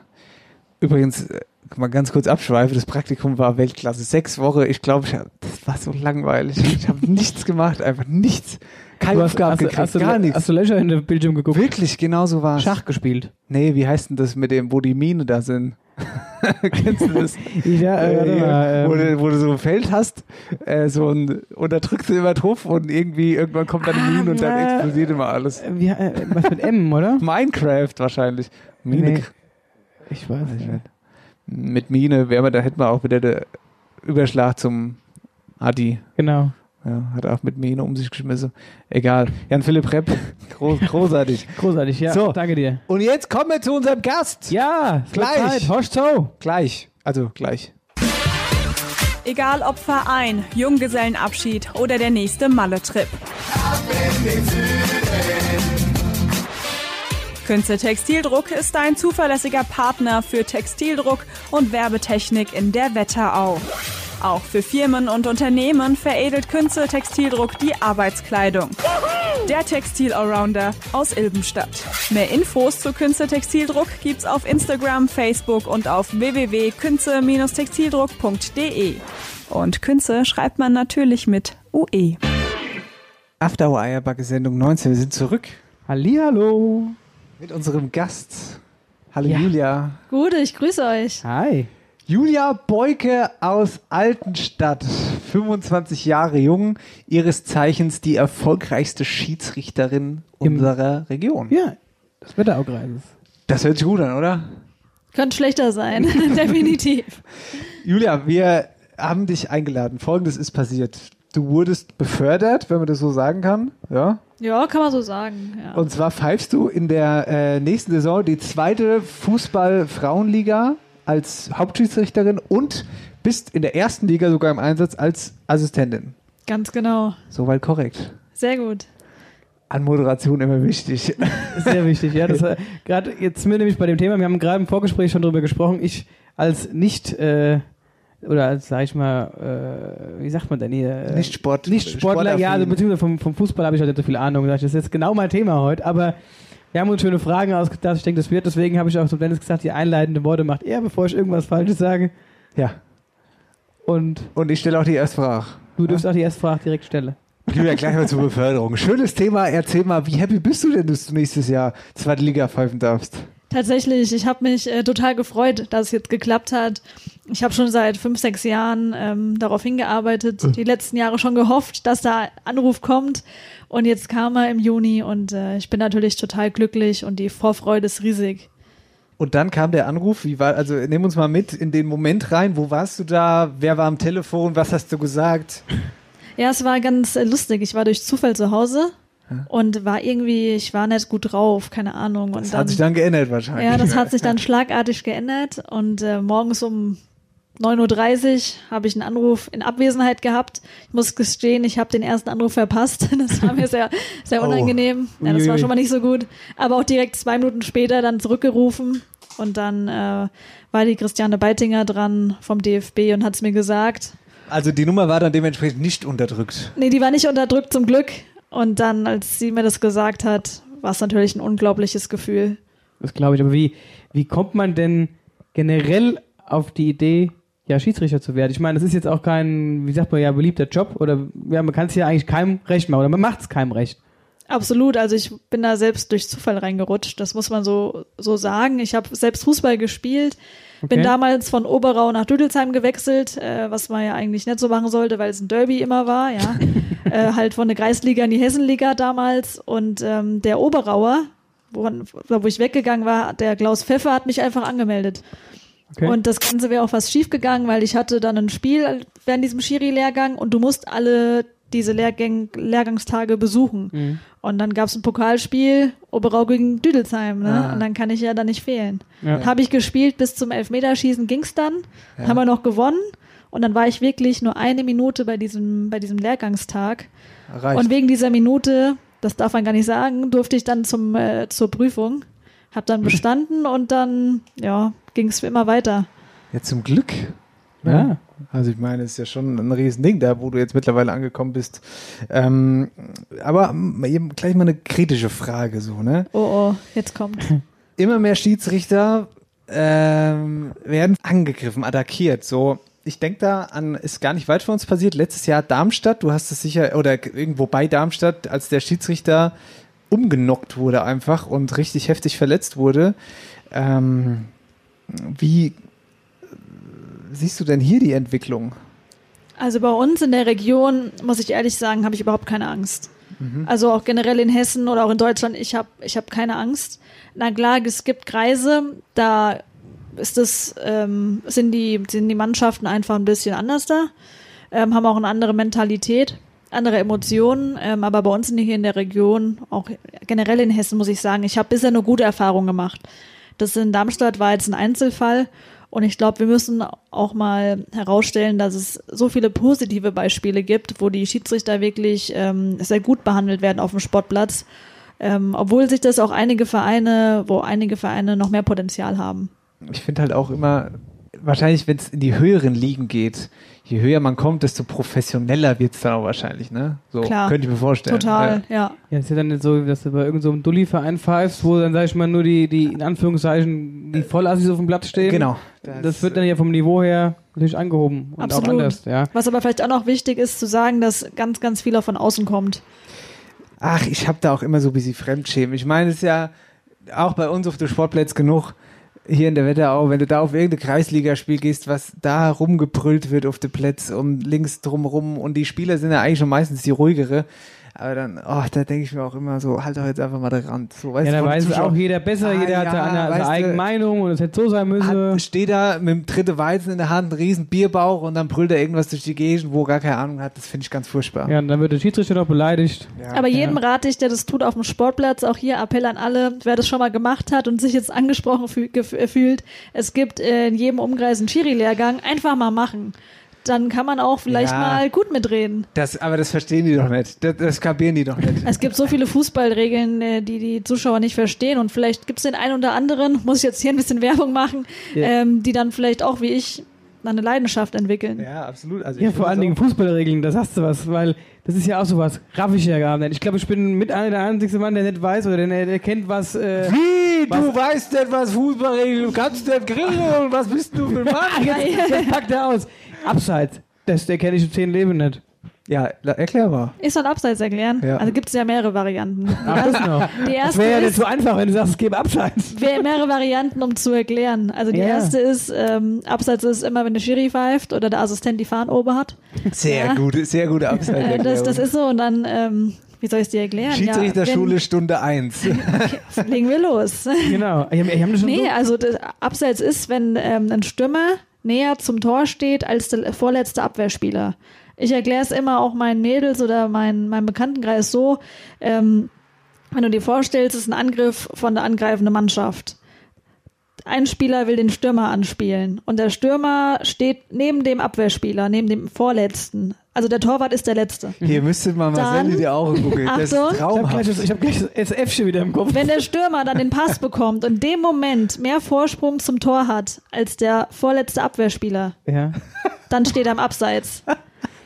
Übrigens, äh, mal ganz kurz abschweife, das Praktikum war Weltklasse. Sechs Wochen, ich glaube, ich hab, das war so langweilig. Ich habe nichts gemacht, einfach nichts. Keine
Du hast-
Aufgaben
hast du-
gekriegt,
hast du-
gar nichts.
hast du Löcher in den Bildschirm geguckt?
Wirklich, genau so war
Schach gespielt.
Nee, wie heißt denn das mit dem, wo die Mine da sind? Kennst du das?
Ja, äh, warte mal, ähm.
wo, du, wo du so ein Feld hast, äh, so ein, und da drückst du immer drauf und irgendwie, irgendwann kommt dann eine Mine und dann
äh,
explodiert immer alles.
Wie, äh, was mit M, oder?
Minecraft wahrscheinlich. Mine.
Nee. Ich weiß nicht.
Mit Mine wäre man, da hätten wir auch wieder der Überschlag zum Adi.
Genau.
Ja, hat auch mit Mine um sich geschmissen. Egal. Jan-Philipp Repp, groß, großartig.
Großartig, ja.
So.
Danke dir.
Und jetzt kommen wir zu unserem Gast.
Ja, es wird
Gleich.
Zeit. Horst Show.
Gleich. Also gleich.
Egal ob Verein, Junggesellenabschied oder der nächste Malle-Trip. Künze Textildruck ist ein zuverlässiger Partner für Textildruck und Werbetechnik in der Wetterau. Auch für Firmen und Unternehmen veredelt Künze Textildruck die Arbeitskleidung. Der Textil-Allrounder aus Ilbenstadt. Mehr Infos zu Künze Textildruck gibt's auf Instagram, Facebook und auf www.künze-textildruck.de. Und Künze schreibt man natürlich mit UE.
After Hour Eierbacke Sendung 19. Wir sind zurück.
Hallihallo.
Mit unserem Gast. Hallo Julia.
Gute, ich grüße euch.
Hi.
Julia Beuke aus Altenstadt, 25 Jahre jung, ihres Zeichens die erfolgreichste Schiedsrichterin unserer Region.
Ja, das Wetteraukreises.
Das hört sich gut an, oder?
Könnte schlechter sein, definitiv.
Julia, wir haben dich eingeladen. Folgendes ist passiert. Du wurdest befördert, wenn man das so sagen kann. Ja.
Ja, kann man so sagen. Ja.
Und zwar pfeifst du in der äh, nächsten Saison die zweite Fußball-Frauenliga als Hauptschiedsrichterin und bist in der ersten Liga sogar im Einsatz als Assistentin.
Ganz genau.
Soweit korrekt.
Sehr gut.
An Moderation immer wichtig.
Sehr wichtig, ja. Das, äh, gerade jetzt sind wir nämlich bei dem Thema, wir haben gerade im Vorgespräch schon drüber gesprochen. Ich als nicht, äh, oder als, sag ich mal, äh, wie sagt man denn hier? Äh,
Nicht Sport-
Nicht Sportler,
sportaffin.
ja, also, beziehungsweise vom, vom Fußball habe ich halt nicht so viel Ahnung. Das ist jetzt genau mein Thema heute, aber wir haben uns schöne Fragen ausgedacht. Ich denke, das wird, deswegen habe ich auch zum Dennis gesagt, die einleitenden Worte macht er, bevor ich irgendwas Falsches sage.
Ja.
Und,
Und ich stelle auch die erste Frage.
Du darfst auch die erste Frage direkt stellen.
Julia, gleich mal zur Beförderung. Schönes Thema. Erzähl mal, wie happy bist du denn, dass du nächstes Jahr zweite Liga pfeifen darfst?
Tatsächlich, ich habe mich äh, total gefreut, dass es jetzt geklappt hat. Ich habe schon seit fünf, sechs Jahren ähm, darauf hingearbeitet,
Hm.
die letzten Jahre schon gehofft, dass da Anruf kommt. Und jetzt kam er im Juni und äh, ich bin natürlich total glücklich und die Vorfreude ist riesig.
Und dann kam der Anruf. Wie war, also nimm uns mal mit in den Moment rein. Wo warst du da? Wer war am Telefon? Was hast du gesagt?
Ja, es war ganz äh, lustig. Ich war durch Zufall zu Hause und war irgendwie, ich war nicht gut drauf, keine Ahnung. Und
Das
dann,
hat sich dann geändert wahrscheinlich.
ja, das hat sich dann schlagartig geändert und äh, morgens um 9.30 Uhr habe ich einen Anruf in Abwesenheit gehabt. Ich muss gestehen, ich habe den ersten Anruf verpasst. Das war mir sehr, sehr
Oh.
unangenehm. Ja, das war
Uiuiui.
schon mal nicht so gut. Aber auch direkt zwei Minuten später dann zurückgerufen. Und dann äh, war die Christiane Beitinger dran vom DFB und hat es mir gesagt.
Also die Nummer war dann dementsprechend nicht unterdrückt.
Nee, die war nicht unterdrückt zum Glück. Und dann, als sie mir das gesagt hat, war es natürlich ein unglaubliches Gefühl.
Das glaube ich. Aber wie, wie kommt man denn generell auf die Idee, ja, Schiedsrichter zu werden? Ich meine, das ist jetzt auch kein, wie sagt man ja, beliebter Job oder ja, man kann es ja eigentlich keinem recht machen oder man macht es keinem recht.
Absolut, also ich bin da selbst durch Zufall reingerutscht, das muss man so, so sagen. Ich habe selbst Fußball gespielt,
Okay.
bin damals von Oberau nach Düdelsheim gewechselt, äh, was man ja eigentlich nicht so machen sollte, weil es ein Derby immer war, ja. äh, halt von der Kreisliga in die Hessenliga damals und ähm, der Oberauer, woran, wo ich weggegangen war, der Klaus Pfeffer hat mich einfach angemeldet.
Okay.
Und das Ganze wäre auch was schiefgegangen, weil ich hatte dann ein Spiel während diesem Schiri-Lehrgang und du musst alle diese Lehrgäng Lehrgangstage besuchen.
Mhm.
Und dann gab es ein Pokalspiel, Oberau gegen Düdelsheim. Ne?
Ah.
Und dann kann ich ja da nicht fehlen.
Ja.
Habe ich gespielt, bis zum Elfmeterschießen ging es dann.
Ja.
Haben wir noch gewonnen. Und dann war ich wirklich nur eine Minute bei diesem, bei diesem Lehrgangstag.
Reicht.
Und wegen dieser Minute, das darf man gar nicht sagen, durfte ich dann zum, äh, zur Prüfung. Hab dann bestanden und dann, ja, ging es immer weiter.
Ja, zum Glück. Ja. Also ich meine, es ist ja schon ein Riesending da, wo du jetzt mittlerweile angekommen bist. Ähm, aber eben gleich mal eine kritische Frage so, ne?
Oh, oh, jetzt kommt.
Immer mehr Schiedsrichter ähm, werden angegriffen, attackiert. So, ich denke da an, ist gar nicht weit von uns passiert, letztes Jahr Darmstadt, du hast es sicher, oder irgendwo bei Darmstadt, als der Schiedsrichter umgenockt wurde einfach und richtig heftig verletzt wurde. Ähm, wie siehst du denn hier die Entwicklung?
Also bei uns in der Region, muss ich ehrlich sagen, habe ich überhaupt keine Angst. Mhm. Also auch generell in Hessen oder auch in Deutschland, ich habe ich hab keine Angst. Na klar, es gibt Kreise, da ist das, ähm, sind, die, sind die Mannschaften einfach ein bisschen anders da, ähm, haben auch eine andere Mentalität, andere Emotionen. Ähm, aber bei uns in, hier in der Region, auch generell in Hessen, muss ich sagen, ich habe bisher nur gute Erfahrungen gemacht. Das in Darmstadt war jetzt ein Einzelfall. Und ich glaube, wir müssen auch mal herausstellen, dass es so viele positive Beispiele gibt, wo die Schiedsrichter wirklich ähm, sehr gut behandelt werden auf dem Sportplatz. Ähm, obwohl sich das auch einige Vereine, wo einige Vereine noch mehr Potenzial haben.
Ich finde halt auch immer, wahrscheinlich, wenn es in die höheren Ligen geht, je höher man kommt, desto professioneller wird es dann auch wahrscheinlich, ne? So
Klar.
könnte ich mir vorstellen.
Total, ja.
Ja, ja ist ja dann nicht so, dass du bei irgendeinem so einem Dulli-Verein pfeifst, wo dann, sag ich mal, nur die, die in Anführungszeichen, die Vollassis auf dem Blatt stehen.
Äh, Genau.
Das, das wird dann ja vom Niveau her natürlich angehoben. Und
Absolut.
Auch anders, ja.
Was aber vielleicht auch noch wichtig ist, zu sagen, dass ganz, ganz viel auch von außen kommt.
Ach, ich habe da auch immer so ein bisschen Fremdschämen. Ich meine, es ist ja auch bei uns auf den Sportplätzen genug hier in der Wetterau, wenn du da auf irgendein Kreisligaspiel gehst, was da rumgebrüllt wird auf den Plätzen und links drumrum und die Spieler sind ja eigentlich schon meistens die ruhigere. Aber dann, oh, da denke ich mir auch immer so, halt doch jetzt einfach mal den Rand. So, weißt du,
ja, da
von den
weiß es
Zuschauern.
auch jeder besser,
Ah,
jeder hat
ja,
seine, seine
weißt
eigene
du,
Meinung und es hätte so sein müssen.
Hat, steht da mit dem dritten Weizen in der Hand, einen riesen Bierbauch und dann brüllt er irgendwas durch die Gegend, wo er gar keine Ahnung hat. Das finde ich ganz furchtbar.
Ja, und dann wird der Schiedsrichter noch beleidigt.
Aber jedem
ja. genau.
rate ich, der das tut auf dem Sportplatz, auch hier Appell an alle, wer das schon mal gemacht hat und sich jetzt angesprochen fü- gef- äh, fühlt, es gibt äh, in jedem Umkreis einen Schiri-Lehrgang, einfach mal machen. Dann kann man auch vielleicht
Ja.
mal gut mitreden.
Das, aber das verstehen die doch nicht. Das, das kapieren die doch nicht.
Es gibt so viele Fußballregeln, äh, die die Zuschauer nicht verstehen und vielleicht gibt es den einen oder anderen, muss ich jetzt hier ein bisschen Werbung machen,
Ja.
ähm, die dann vielleicht auch wie ich eine Leidenschaft entwickeln.
Ja, absolut. Also
Ja, vor allen Dingen Fußballregeln, da sagst du was, weil das ist ja auch sowas. Raff ich ja gar nicht. Ich glaube, ich bin mit einer der einzige Mann, der nicht weiß oder der nicht erkennt, was. Äh,
Wie? Du weißt nicht, was Fußballregeln, du kannst nicht grillen, was bist du für ein
Ah, jetzt, das packt er aus. Abseits, das erkenne ich in zehn Leben nicht.
Ja, erklär mal.
Ich soll abseits erklären.
Ja.
Also gibt es ja mehrere Varianten.
Ach, das noch.
Die
Das
erste
wäre ja
ist-
nicht so einfach, wenn du sagst, es gäbe Abseits.
Wer- mehrere Varianten, um zu erklären. Also die
Ja.
erste ist, ähm, Abseits ist immer, wenn der Schiri pfeift oder der Assistent die Fahne oben hat.
Sehr
Ja.
gute, sehr gute
Äh,
Abseits.
das, das ist so und dann, ähm, wie soll ich es dir erklären?
Schiedsrichterschule Stunde 1.
Ja, wenn, legen wir los.
Genau. Ich hab- ich hab das schon
Nee,
so-
also das Abseits ist, wenn ähm, ein Stürmer näher zum Tor steht als der vorletzte Abwehrspieler. Ich erkläre es immer auch meinen Mädels oder meinen, meinem Bekanntenkreis so, ähm, wenn du dir vorstellst, es ist ein Angriff von der angreifenden Mannschaft. Ein Spieler will den Stürmer anspielen und der Stürmer steht neben dem Abwehrspieler, neben dem Vorletzten. Also der Torwart ist der Letzte.
Hier müsste man Marcel
Dann-
in die Augen gucken. Das ist
Achtung.
traumhaft.
Ich habe gleich das SF schon wieder im Kopf.
Wenn der Stürmer dann den Pass bekommt und in dem Moment mehr Vorsprung zum Tor hat als der vorletzte Abwehrspieler,
Ja.
dann steht er im Abseits.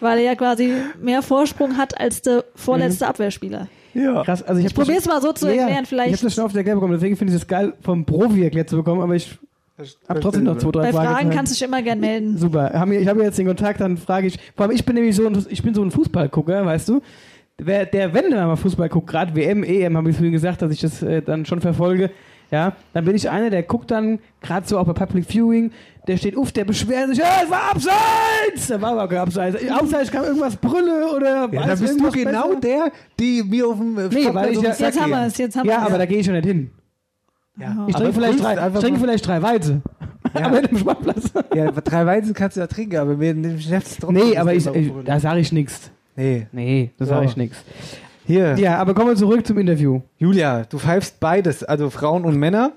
Weil er ja quasi mehr Vorsprung hat als der vorletzte Abwehrspieler.
Ja.
Krass, also Mhm. ich, hab
Ich probier's
das schon-
mal so zu erklären, vielleicht-
Ich habe das schon oft erklärt bekommen, deswegen finde ich es geil, vom Profi erklärt zu bekommen, aber ich habe trotzdem noch zwei, drei
Bei
Fragen.
Fragen kannst du dich immer gern melden.
Super. Haben wir- Ich habe jetzt den Kontakt, dann frage ich. Vor allem, ich bin nämlich so ein, ich bin so ein Fußballgucker, weißt du? Wer, der, wenn der mal Fußball guckt, gerade WM, EM, habe E ich vorhin gesagt, dass ich das äh, dann schon verfolge. Ja, dann bin ich einer, der guckt dann, gerade so auch bei Public Viewing, der steht uff, der beschwert sich, "Ja, es war abseits! Da war aber kein abseits. Abseits kam irgendwas Brülle oder
Ja,
weiß
dann bist du
irgendwas
genau
besser.
der, die mir auf dem
Nee, weil ich ja- Jetzt haben
wir's, jetzt haben
Ja,
wir's.
aber da gehe ich schon nicht hin. Ich trinke vielleicht, drei, ich trinke vielleicht drei Weize. Aber in einem Sportplatz.
Ja, aber drei Weizen kannst du ja trinken, aber mir nimmt ich jetzt trotzdem.
Nee, aber ich,
das
ich,
Thema
da sage ich nichts.
Nee.
Nee, da sage
So.
ich nichts.
Hier.
Ja, aber kommen wir zurück zum Interview.
Julia, du pfeifst beides, also Frauen und Männer.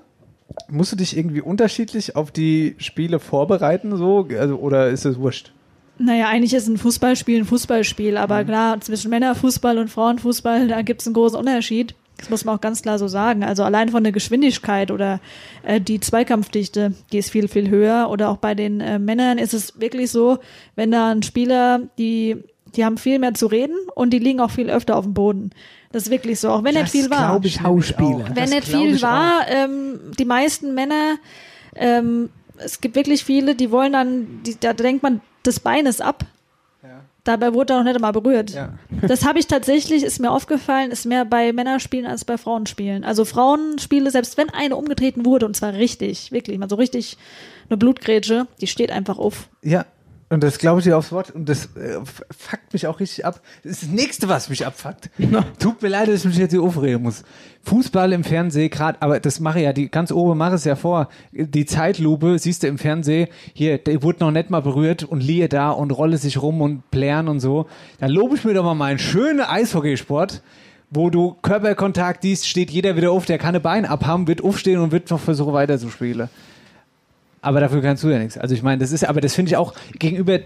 Musst du dich irgendwie unterschiedlich auf die Spiele vorbereiten, so? Also, oder ist es wurscht?
Naja, eigentlich ist ein
Mhm.
Fußballspiel ein Fußballspiel, aber klar, zwischen Männerfußball und Frauenfußball, da gibt es einen großen Unterschied. Das muss man auch ganz klar so sagen. Also allein von der Geschwindigkeit oder äh, die Zweikampfdichte, die ist viel, viel höher. Oder auch bei den äh, Männern ist es wirklich so, wenn da ein Spieler, die, die haben viel mehr zu reden und die liegen auch viel öfter auf dem Boden. Das ist wirklich so, auch wenn
das
nicht viel war.
Ich Ah, Schauspieler.
Wenn nicht viel war, ähm, die meisten Männer, ähm, es gibt wirklich viele, die wollen dann, die, da denkt man, das Bein ist ab. Dabei wurde er noch nicht einmal berührt.
Ja.
Das habe ich tatsächlich, ist mir aufgefallen, ist mehr bei Männerspielen als bei Frauenspielen. Also Frauenspiele, selbst wenn eine umgetreten wurde, und zwar richtig, wirklich, mal so richtig eine Blutgrätsche, die steht einfach auf.
Ja, und das glaube ich dir aufs Wort. Und das äh, f- fuckt mich auch richtig ab. Das ist das Nächste, was mich abfuckt. Tut mir leid, dass ich mich jetzt hier aufregen muss. Fußball im Fernsehen, gerade, aber das mache ich ja, die ganz oben mache es ja vor. Die Zeitlupe siehst du im Fernsehen, hier, der wurde noch nicht mal berührt und liehe da und rolle sich rum und plären und so. Dann lobe ich mir doch mal meinen schönen Eishockeysport wo du Körperkontakt siehst, steht jeder wieder auf, der kann ein Bein abhaben, wird aufstehen und wird noch versuchen weiterzuspielen. Aber dafür kannst du ja nichts. Also ich meine, das ist, aber das finde ich auch gegenüber d-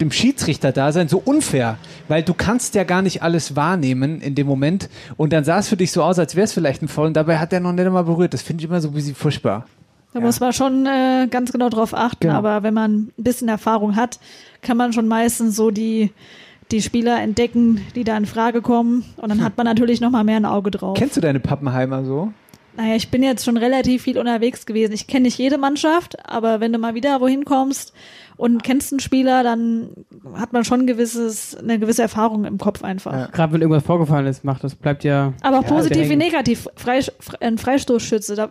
dem Schiedsrichter-Dasein so unfair, weil du kannst ja gar nicht alles wahrnehmen in dem Moment und dann sah es für dich so aus, als wäre es vielleicht ein Foul und dabei hat er noch nicht einmal berührt. Das finde ich immer so ein bisschen furchtbar.
Da muss man schon äh, ganz genau drauf achten,
Genau.
aber wenn man ein bisschen Erfahrung hat, kann man schon meistens so die, die Spieler entdecken, die da in Frage kommen. Und dann hat man natürlich nochmal mehr ein Auge drauf.
Kennst du deine Pappenheimer so?
Naja, ich bin jetzt schon relativ viel unterwegs gewesen. Ich kenne nicht jede Mannschaft, aber wenn du mal wieder wohin kommst und kennst einen Spieler, dann hat man schon ein gewisses, eine gewisse Erfahrung im Kopf einfach.
Gerade wenn irgendwas vorgefallen ist, macht das bleibt ja.
Aber auch
ja,
positiv wie
hängen.
negativ. Freisch- fre- ein Freistoßschütze, da,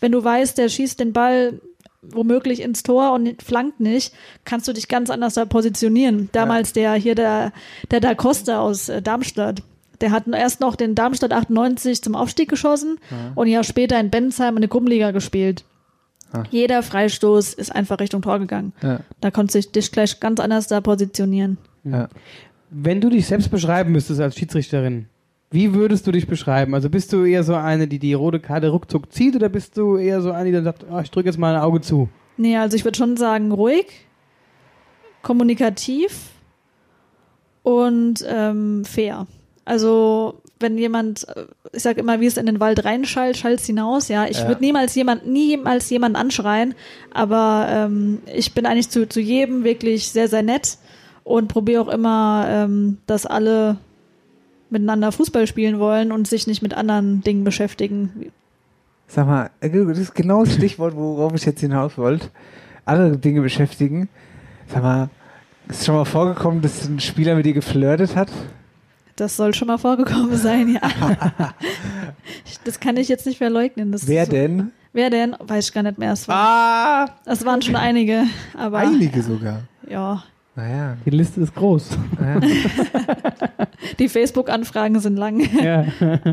wenn du weißt, der schießt den Ball womöglich ins Tor und flankt nicht, kannst du dich ganz anders da positionieren. Damals der hier, der, der Da Costa aus äh, Darmstadt, der hat erst noch den Darmstadt 98 zum Aufstieg geschossen
Ja.
und ein Jahr später in Bensheim in der Gruppenliga gespielt.
Ah.
Jeder Freistoß ist einfach Richtung Tor gegangen.
Ja.
Da konntest du dich gleich ganz anders da positionieren.
Ja.
Wenn du dich selbst beschreiben müsstest als Schiedsrichterin, wie würdest du dich beschreiben? Also bist du eher so eine, die die rote Karte ruckzuck zieht oder bist du eher so eine, die dann sagt, ah, ich drücke jetzt mal ein Auge zu?
Nee, also ich würde schon sagen, ruhig, kommunikativ und ähm, fair. Also, wenn jemand, äh, ich sag immer, wie es in den Wald reinschallt, schallt's hinaus, ja. Ich
Ja.
würde niemals jemand, niemals jemanden anschreien, aber ähm, ich bin eigentlich zu, zu jedem wirklich sehr, sehr nett und probiere auch immer, ähm, dass alle miteinander Fußball spielen wollen und sich nicht mit anderen Dingen beschäftigen.
Sag mal, äh, das ist genau das Stichwort, worauf ich jetzt hinaus wollte. Andere Dinge beschäftigen. Sag mal, ist schon mal vorgekommen, dass ein Spieler mit dir geflirtet hat?
Das soll schon mal vorgekommen sein, ja. Ich- das kann ich jetzt nicht verleugnen. Das
Wer
ist so-
denn? Ah!
Wer denn? Weiß ich gar nicht mehr. Es, war, es waren schon einige, aber
Einige sogar.
ja.
Naja.
Die Liste ist groß.
Die Facebook-Anfragen sind lang.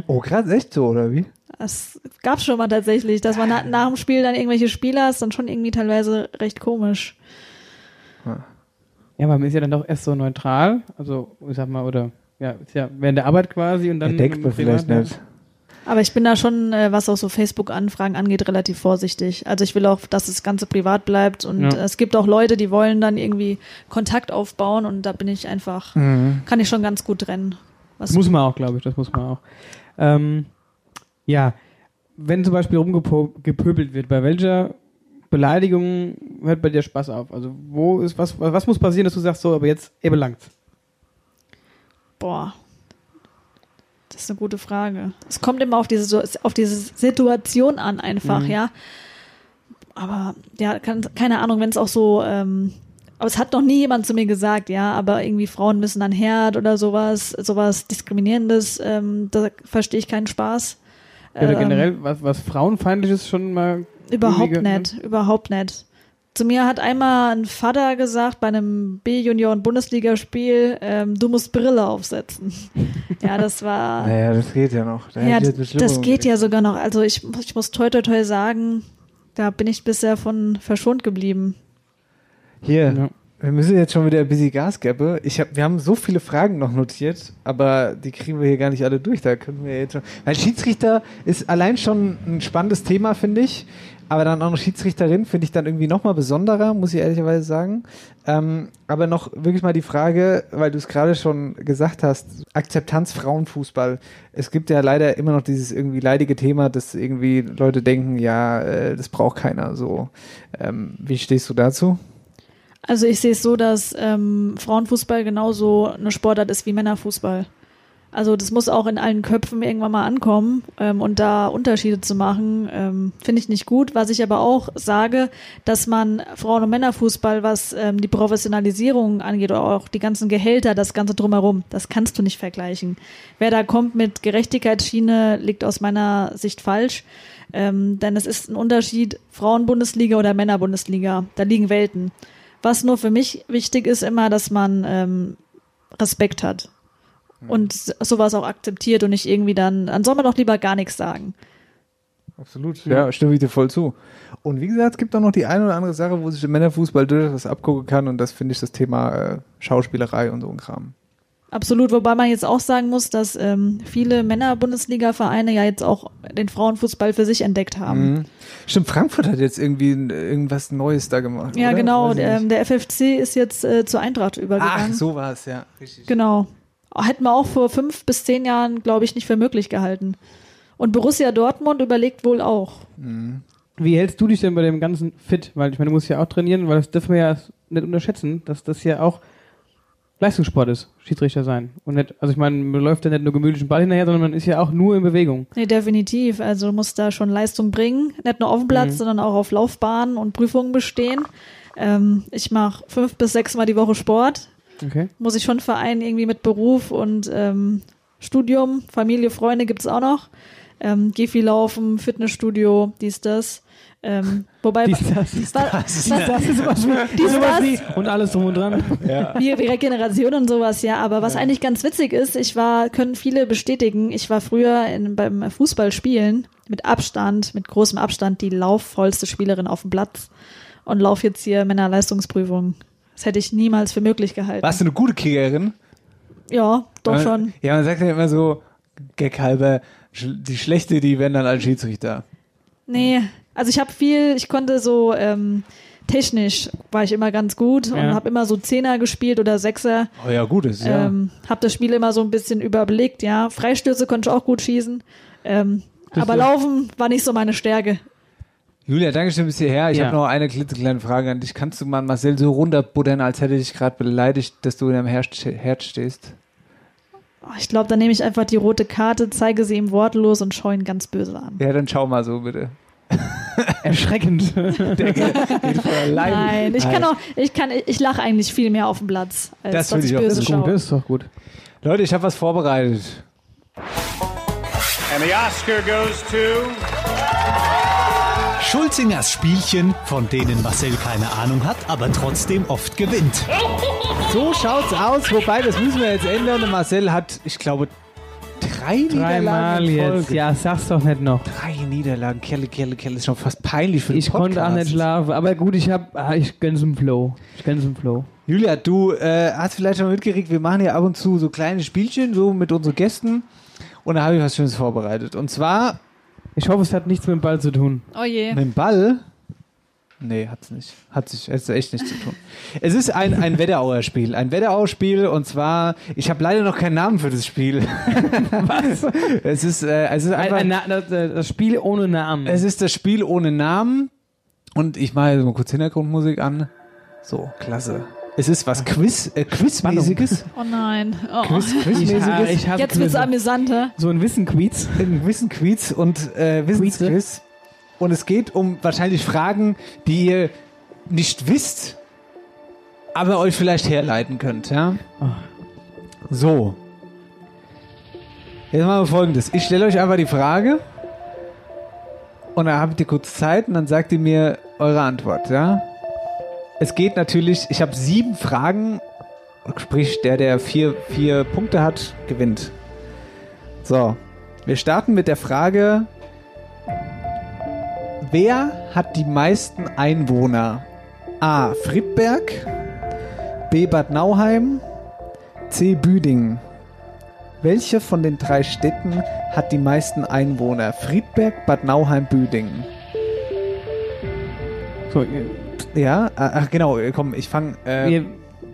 Oh, krass, echt so, oder wie?
Es gab schon mal tatsächlich, dass man na, nach dem Spiel dann irgendwelche Spieler ist, dann schon irgendwie teilweise recht komisch.
Ja, aber man ist ja dann doch erst so neutral, also ich sag mal, oder ja, ist ja während der Arbeit quasi und dann.
Entdeckt man vielleicht
ne?
Ja.
nicht.
Aber ich bin da schon, äh, was auch so Facebook-Anfragen angeht, relativ vorsichtig. Also ich will auch, dass das Ganze privat bleibt und
Ja.
äh, es gibt auch Leute, die wollen dann irgendwie Kontakt aufbauen und da bin ich einfach,
Mhm.
kann ich schon ganz gut trennen. Was
muss man auch, glaube ich, das muss man auch. Ähm, ja, wenn zum Beispiel rumgepöbelt wird, bei welcher Beleidigung hört bei dir Spaß auf? Also wo ist was, was muss passieren, dass du sagst, so, aber jetzt er belangt.
Boah. Das ist eine gute Frage. Es kommt immer auf diese, auf diese Situation an, einfach,
Mhm.
ja. Aber ja, kann, keine Ahnung, wenn es auch so, ähm, aber es hat noch nie jemand zu mir gesagt, ja, aber irgendwie Frauen müssen an Herd oder sowas, sowas Diskriminierendes, ähm, da verstehe ich keinen Spaß.
Ja, Oder
Ähm,
generell, was, was frauenfeindliches schon mal. irgendwie
Überhaupt
ge-
nicht, überhaupt nicht. Zu mir hat einmal ein Vater gesagt bei einem B-Junioren-Bundesligaspiel, ähm, du musst Brille aufsetzen. ja, das war.
Naja, das geht ja noch. Da
ja,
hätte ich jetzt eine schlimmere
das geht ja sogar noch. Also ich, mu- ich muss toi toi toi sagen, da bin ich bisher von verschont geblieben.
Hier, Wir müssen jetzt schon wieder ein bisschen Gas geben. Ich hab, wir haben so viele Fragen noch notiert, aber die kriegen wir hier gar nicht alle durch. Da können wir jetzt schon. Weil Schiedsrichter ist allein schon ein spannendes Thema, finde ich. Aber dann auch noch Schiedsrichterin finde ich dann irgendwie nochmal besonderer, muss ich ehrlicherweise sagen. Ähm, aber noch wirklich mal die Frage, weil du es gerade schon gesagt hast, Akzeptanz Frauenfußball. Es gibt ja leider immer noch dieses irgendwie leidige Thema, dass irgendwie Leute denken, ja, äh, das braucht keiner. So, ähm, wie stehst du dazu?
Also ich sehe es so, dass ähm, Frauenfußball genauso eine Sportart ist wie Männerfußball. Also das muss auch in allen Köpfen irgendwann mal ankommen ähm, und da Unterschiede zu machen, ähm, finde ich nicht gut. Was ich aber auch sage, dass man Frauen- und Männerfußball, was ähm, die Professionalisierung angeht oder auch die ganzen Gehälter, das Ganze drumherum, das kannst du nicht vergleichen. Wer da kommt mit Gerechtigkeitsschiene, liegt aus meiner Sicht falsch. Ähm, denn es ist ein Unterschied Frauen-Bundesliga oder Männer-Bundesliga. Da liegen Welten. Was nur für mich wichtig ist immer, dass man ähm, Respekt hat
Mhm.
und sowas auch akzeptiert und nicht irgendwie dann, dann soll man doch lieber gar nichts sagen.
Absolut, ja, stimme ich dir voll zu. Und wie gesagt, es gibt auch noch die eine oder andere Sache, wo sich im Männerfußball durchaus was abgucken kann und das finde ich das Thema äh, Schauspielerei und so ein Kram.
Absolut, wobei man jetzt auch sagen muss, dass ähm, viele Männer-Bundesliga-Vereine ja jetzt auch den Frauenfußball für sich entdeckt haben. Mhm.
Ähm, Stimmt, Frankfurt hat jetzt irgendwie ein, irgendwas Neues da gemacht.
Ja,
oder?
genau.
Weiß ich
Ähm,
nicht.
der FFC ist jetzt äh, zur Eintracht
Ach,
übergegangen.
so war es, ja. Richtig.
Genau. Hätten wir auch vor fünf bis zehn Jahren, glaube ich, nicht für möglich gehalten. Und Borussia Dortmund überlegt wohl auch.
Wie hältst du dich denn bei dem Ganzen fit? Weil ich meine, du musst ja auch trainieren, weil das dürfen wir ja nicht unterschätzen, dass das ja auch Leistungssport ist, Schiedsrichter sein. Und nicht, also ich meine, man läuft ja nicht nur gemütlichen Ball hinterher, sondern man ist ja auch nur in Bewegung.
Nee, definitiv. Also du musst da schon Leistung bringen. Nicht nur auf dem Platz,
Mhm.
sondern auch auf Laufbahnen und Prüfungen bestehen. Ähm, ich mache fünf bis sechs Mal die Woche Sport.
Okay.
Muss ich schon vereinen, irgendwie mit Beruf und ähm, Studium, Familie, Freunde gibt's auch noch. Ähm, geh viel laufen, Fitnessstudio, dies, das. Ähm, wobei,
Dies, das, dies,
wa-
das.
wa-
Das ist was mit-
dies,
sowas
das.
wie- Und alles drum und dran.
Wie, wie Regeneration und sowas, ja. Aber was
Ja.
eigentlich ganz witzig ist, ich war, können viele bestätigen, ich war früher in, beim Fußballspielen mit Abstand, mit großem Abstand, die laufvollste Spielerin auf dem Platz und lauf jetzt hier Männerleistungsprüfung. Das hätte ich niemals für möglich gehalten.
Warst du eine gute Kriegerin?
Ja, doch
Man-
schon.
Ja, man sagt ja immer so, Gaghalber, die Schlechte, die werden dann als Schiedsrichter.
Nee, also ich habe viel, ich konnte so ähm, technisch war ich immer ganz gut und
Ja.
habe immer so Zehner gespielt oder Sechser.
Oh ja, gut, das ist ja.
Ähm, hab das Spiel immer so ein bisschen überblickt, ja. Freistöße konnte ich auch gut schießen. Ähm,
Das
aber
ist-
Laufen war nicht so meine Stärke.
Julia, danke schön bis hierher. Ich
Ja.
habe noch eine klitzekleine Frage an dich. Kannst du mal Marcel so runterbuttern, als hätte dich gerade beleidigt, dass du in deinem Herz, Herz stehst?
Oh, Ich glaube, dann nehme ich einfach die rote Karte, zeige sie ihm wortlos und schaue ihn ganz böse an.
Ja, dann schau mal so bitte.
Erschreckend.
Nein, ich kann
Nein.
auch, ich kann, ich lache eigentlich viel mehr auf dem Platz, als
Das
dass
will
ich
ich auch.
böse
Das ist gut,
schaue.
das
ist doch gut.
Leute, ich habe was vorbereitet.
And the Oscar goes to.
Schulzingers Spielchen, von denen Marcel keine Ahnung hat, aber trotzdem oft gewinnt.
So schaut's aus, wobei das müssen wir jetzt ändern. Marcel hat, ich glaube, drei Niederlagen.
Dreimal
in Folge.
jetzt. Ja, sag's doch nicht noch.
Drei Niederlagen. Kelle, Kelle, Kelle ist schon fast peinlich für den
Ich
Podcast.
konnte auch nicht schlafen, aber gut, ich hab, ah, ich gönn's im Flow. Ich gönn's im Flow.
Julia, du äh, hast vielleicht schon mitgekriegt, wir machen ja ab und zu so kleine Spielchen, so mit unseren Gästen. Und da habe ich was Schönes vorbereitet. Und zwar.
Ich hoffe, es hat nichts mit dem Ball zu tun.
Oh je.
Mit dem Ball? Nee, hat's nicht. Hat sich hat's echt nichts zu tun. Es ist ein, ein Wetterauer Spiel. Ein Wetterauer Spiel und zwar, ich habe leider noch keinen Namen für das Spiel. Was? Es ist, äh, es ist
Ein,
einfach.
ein, Na- das, äh, das Spiel ohne Namen.
Es ist das Spiel ohne Namen. Und ich mache jetzt mal kurz Hintergrundmusik an. So, klasse. Es ist
Ah.
was Quiz, äh, Quizmäßiges.
Oh nein. Oh.
Quiz-
Ich
Quizmäßiges?
ha- ich hasse
Jetzt wird's
Quizze.
amüsanter.
So ein Wissenquiz.
Ein Wissenquiz und äh, Wissensquiz. Und es geht um wahrscheinlich Fragen, die ihr nicht wisst, aber euch vielleicht herleiten könnt, ja? So. Jetzt machen wir folgendes. Ich stelle euch einfach die Frage und dann habt ihr kurz Zeit und dann sagt ihr mir eure Antwort, ja? Es geht natürlich, ich habe sieben Fragen, sprich der, der vier, vier Punkte hat, gewinnt. So, wir starten mit der Frage, wer hat die meisten Einwohner? A. Friedberg, B. Bad Nauheim, C. Büdingen. Welche von den drei Städten hat die meisten Einwohner? Friedberg, Bad Nauheim, Büdingen.
So,
äh,
ja, ach genau, komm, ich fange äh,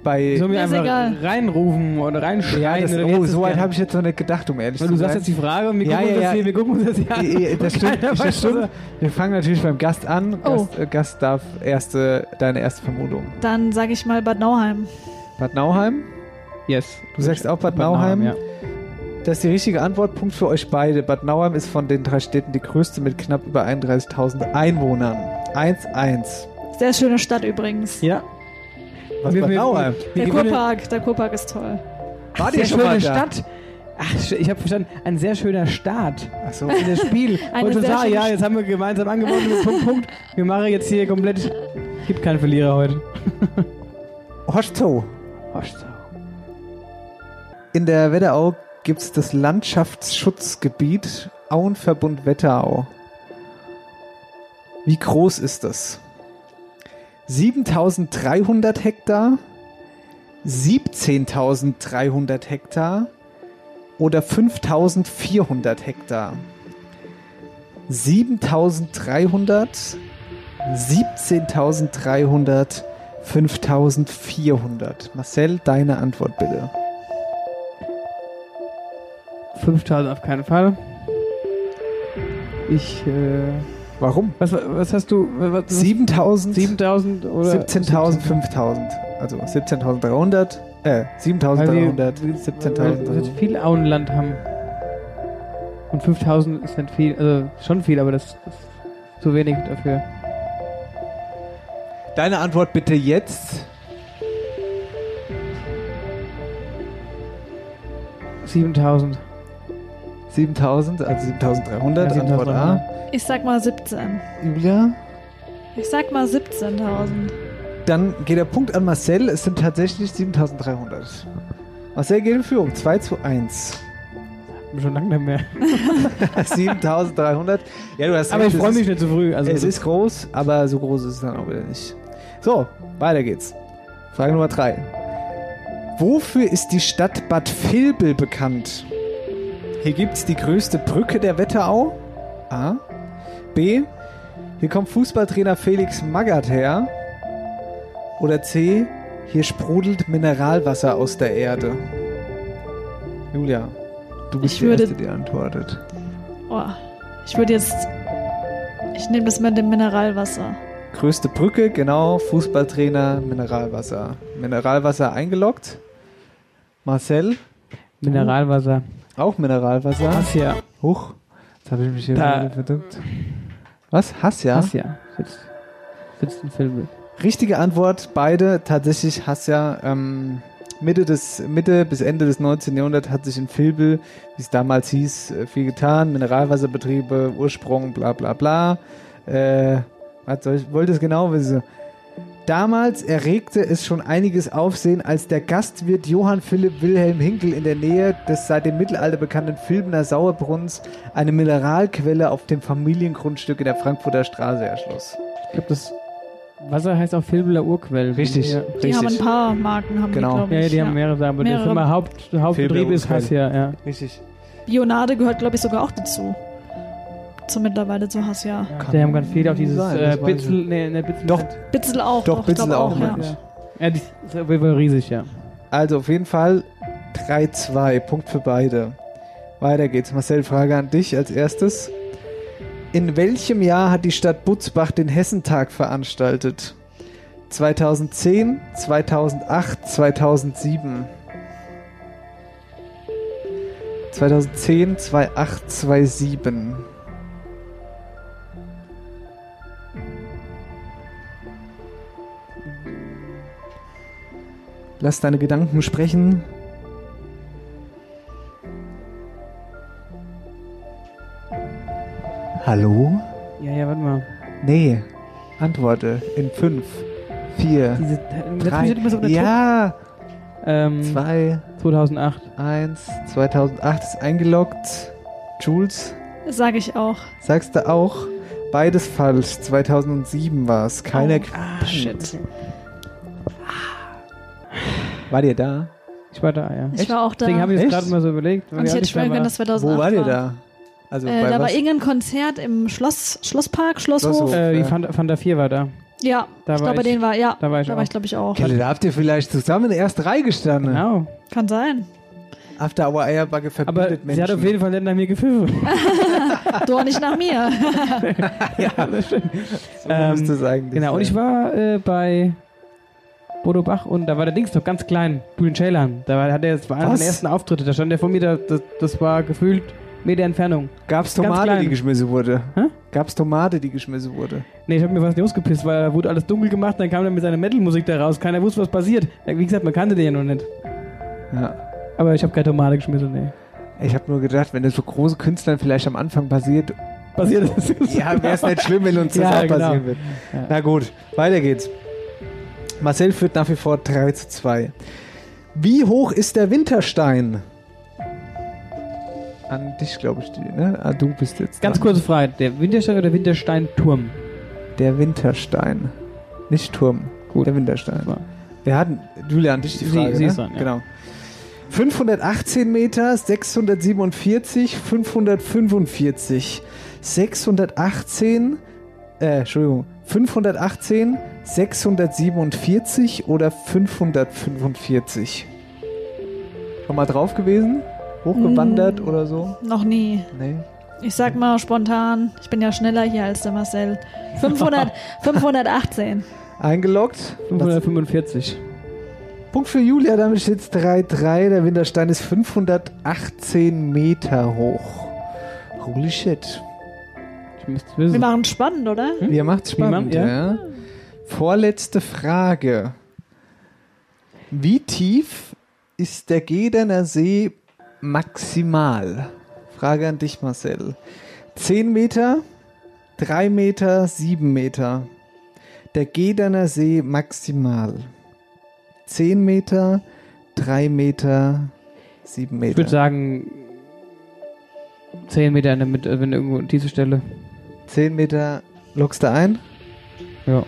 bei.
Sollen wir einfach egal. reinrufen oder reinschreien? Ja,
das,
oder
oh, so weit habe ich jetzt noch nicht gedacht, um ehrlich
Weil
zu
du
sein.
sagst jetzt die Frage und wir gucken, uns, das hier, wir gucken uns das hier an.
Ja, Äh, das
Und
stimmt,
keiner weiß,
das
was
stimmt.
er-
Wir fangen natürlich beim Gast an.
Oh.
Gast, äh, Gast darf erste, deine erste Vermutung.
Dann sage ich mal Bad Nauheim.
Bad Nauheim?
Yes.
Du sagst auch Bad, Nauheim? Das ist die richtige Antwort. Punkt für euch beide. Bad Nauheim ist von den drei Städten die größte mit knapp über 31.000 Einwohnern. 1-1.
Sehr schöne Stadt übrigens.
Ja.
Was
Wir-
Bad
wir-
Nauheim?
Der
Wir
Kurpark, der Kurpark ist toll.
War
sehr
die schon
schöne
mal da?
Stadt. Ach, ich habe verstanden, ein sehr schöner Start.
Ach so.
In das Spiel.
Eine
Wollte schon
sehr
sagen,
schöne
ja,
Stadt.
jetzt haben wir gemeinsam angewonnen. Punkt, Punkt. Wir machen jetzt hier komplett. Gibt keinen Verlierer heute.
Hostow.
Hostow.
In der Wetterau gibt es das Landschaftsschutzgebiet Auenverbund Wetterau. Wie groß ist das? 7300 Hektar, 17.300 Hektar oder 5400 Hektar? 7300, 17.300, 5400. Marcel, deine Antwort bitte.
5000 auf keinen Fall. Ich, äh.
Warum?
Was, was hast du? Was, was-
7000,
7000 oder?
17.000, 5.000. Also 17.300, äh, 7.300,
Weil wir
17.000.
Also viel Auenland haben. Und 5000 ist nicht viel, also schon viel, aber das, das ist zu wenig dafür.
Deine Antwort bitte jetzt.
7000.
7.000, also 7.300,
Ja,
Antwort A.
Ich sag mal 17.
Julia?
Ich sag mal 17.000.
Dann geht der Punkt an Marcel, es sind tatsächlich 7.300. Marcel geht in Führung, 2 um. zu 1.
Schon lange nicht mehr.
7.300. Ja, du hast
Aber
recht,
ich
es
freue
ist-
mich nicht zu früh. Also
es ist groß, aber so groß ist es dann auch wieder nicht. So, weiter geht's. Frage Nummer 3. Wofür ist die Stadt Bad Vilbel bekannt? Hier gibt's die größte Brücke der Wetterau. A. B. Hier kommt Fußballtrainer Felix Magath her. Oder C. Hier sprudelt Mineralwasser aus der Erde. Julia, du bist
Ich
die
würde-
Erste, die antwortet.
Oh, ich würde jetzt. Ich nehme das mit dem Mineralwasser.
Größte Brücke, genau, Fußballtrainer, Mineralwasser. Mineralwasser eingeloggt. Marcel,
Mineralwasser.
auch Mineralwasser.
Hassia.
Huch, jetzt habe ich mich hier
Da-
wieder verdummt. Was? Hassia?
Hassia. Sitzt, sitzt in Filme.
Richtige Antwort, beide. Tatsächlich Hassia, ähm, Mitte, des, Mitte bis Ende des 19. Jahrhunderts hat sich in Vilbel, wie es damals hieß, äh, viel getan. Mineralwasserbetriebe, Ursprung, bla bla bla. Äh, was soll ich, wollte es genau wissen. Damals erregte es schon einiges Aufsehen, als der Gastwirt Johann Philipp Wilhelm Hinkel in der Nähe des seit dem Mittelalter bekannten Vilbener Sauerbrunns eine Mineralquelle auf dem Familiengrundstück in der Frankfurter Straße erschloss.
Ich glaube, das Wasser heißt auch Filbeler Urquell.
Richtig,
Ja,
richtig.
Die haben ein paar Marken, haben
Genau.
die, glaube
ja,
ich.
ja, die haben mehrere Sachen, aber der
Mehrere.
Firma Haupt, Hauptbetrieb
Filbeler
ist
Urquell.
Hassia, ja.
Richtig.
Bionade gehört, glaube ich, sogar auch dazu. Zu mittlerweile zu Hass, ja.
Die haben ganz viel auf dieses
sein,
äh,
das weiß ich
Bitzel, nee, nee, Bitzel.
Doch,
Bitzel auch.
Doch,
Doch, ich
Bitzel
glaub
auch,
ja.
meine ich.
Ja, die ist auf jeden Fall riesig, ja.
Also auf jeden Fall 3-2, Punkt für beide. Weiter geht's. Marcel, Frage an dich als erstes. In welchem Jahr hat die Stadt Butzbach den Hessentag veranstaltet? 2010, 2008, 2007. 2010, 2008, 2007. Lass deine Gedanken sprechen. Hallo?
Ja, ja, warte mal.
Nee. Antworte in 5, 4,
Diese, Setz mich
3,
nicht immer so unter
ja,
Druck. Ähm,
2,
2008.
1, 2008 ist eingeloggt. Jules,
Sag ich auch.
sagst du auch? Beides falsch. 2007 war es. Keiner.
Shit.
War ihr da?
Ich war da, ja.
Ich war auch da.
Deswegen habe ich
Echt?
jetzt gerade mal so überlegt.
Und ich hätte schwören können, dass 2008
Wo war ihr
war.
da? Also
äh,
bei
da war
was?
irgendein Konzert im Schloss, Schlosspark, Schlosshof.
Äh, die Fanta, Fanta 4 war da.
ja,
Da
ich
war
glaube, bei
ich-
denen war, ja,
da war ich
da war ich, glaube ich, auch.
Kelle, da habt ihr vielleicht zusammen in der ersten Reihe gestanden.
Genau.
Kann sein.
After Hour Eierbacke verbindet
Aber
Menschen.
sie hat auf jeden Fall nicht nach mir gepfiffen.
du auch nicht nach mir.
ja, das stimmt.
So müsste es eigentlich
Genau, und ich
sein.
war äh, bei Bodo Bach und da war der Dings noch ganz klein, Bühlen Schälern. Da war, hat er, das war einer
Was?
seiner ersten Auftritte. Da stand der vor mir, da, das, das war gefühlt Meter Entfernung.
Gab's
Ganz
Tomate,
klein.
die geschmissen wurde? Gab's Tomate, die geschmissen wurde?
Nee, ich habe mir fast losgepisst, weil da wurde alles dunkel gemacht, dann kam er mit seiner Metal-Musik da raus. Keiner wusste, was passiert. Wie gesagt, man kannte den ja noch nicht.
Ja.
Aber ich habe keine Tomate geschmissen, nee.
Ich habe nur gedacht, wenn das so große Künstlern vielleicht am Anfang passiert.
Passiert ist es.
Ja, wäre es nicht schlimm, wenn uns das
Ja,
auch
genau.
passieren wird.
Ja.
Na gut, weiter geht's. Marcel führt nach wie vor 3 zu 2. Wie hoch ist der Winterstein? An dich, glaube ich, die, ne? Ah, du bist jetzt.
Ganz
dran.
kurze Frage, der Winterstein oder Wintersteinturm?
Der Winterstein. Nicht Turm. Gut. Der Winterstein. Wir hatten, Julian, dich die
Sie-
Frage.
sie
ne?
ist dran, ja.
Genau. 518 Meter, 647, 545, 618, äh, Entschuldigung, 518, 647 oder 545? Schon mal drauf gewesen? Hochgewandert
Mm.
oder so?
Noch nie.
Nee.
Ich sag mal spontan, ich bin ja schneller hier als der Marcel. 500, 518.
Eingeloggt?
545.
Punkt für Julia, damit steht es 3-3. Der Winterstein ist 518 Meter hoch. Holy shit.
Ich müsste
Wir
wissen.
machen spannend, oder?
Ihr macht's spannend,
Wir
ja.
machen-
Vorletzte Frage. Wie tief ist der Gederner See maximal? Frage an dich, Marcel. 10 Meter, 3 Meter, 7 Meter. Der Gederner See maximal. 10 Meter, 3 Meter, 7 Meter.
Ich würde sagen, 10 Meter in der Mitte, wenn irgendwo an diese Stelle.
10 Meter lockst du ein?
Ja.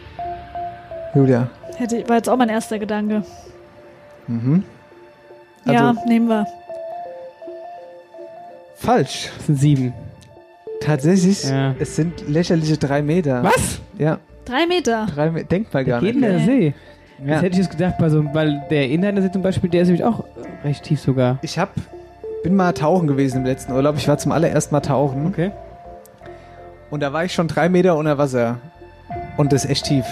Julia.
Hätte, war jetzt auch mein erster Gedanke.
Mhm.
ja,
Also-
nehmen wir.
Falsch.
Das sind sieben.
Tatsächlich,
Ja.
es sind lächerliche drei Meter.
Was?
Ja,
Drei Meter.
drei Meter. Denkt mal
Der
gar nicht.
Gegner See.
Ja.
Das hätte ich jetzt gedacht, bei so, weil der Inliner See zum Beispiel, der ist nämlich auch recht tief sogar.
Ich hab, bin mal tauchen gewesen im letzten Urlaub. Ich war zum allerersten Mal tauchen.
Okay.
Und da war ich schon drei Meter unter Wasser. Und das ist echt tief.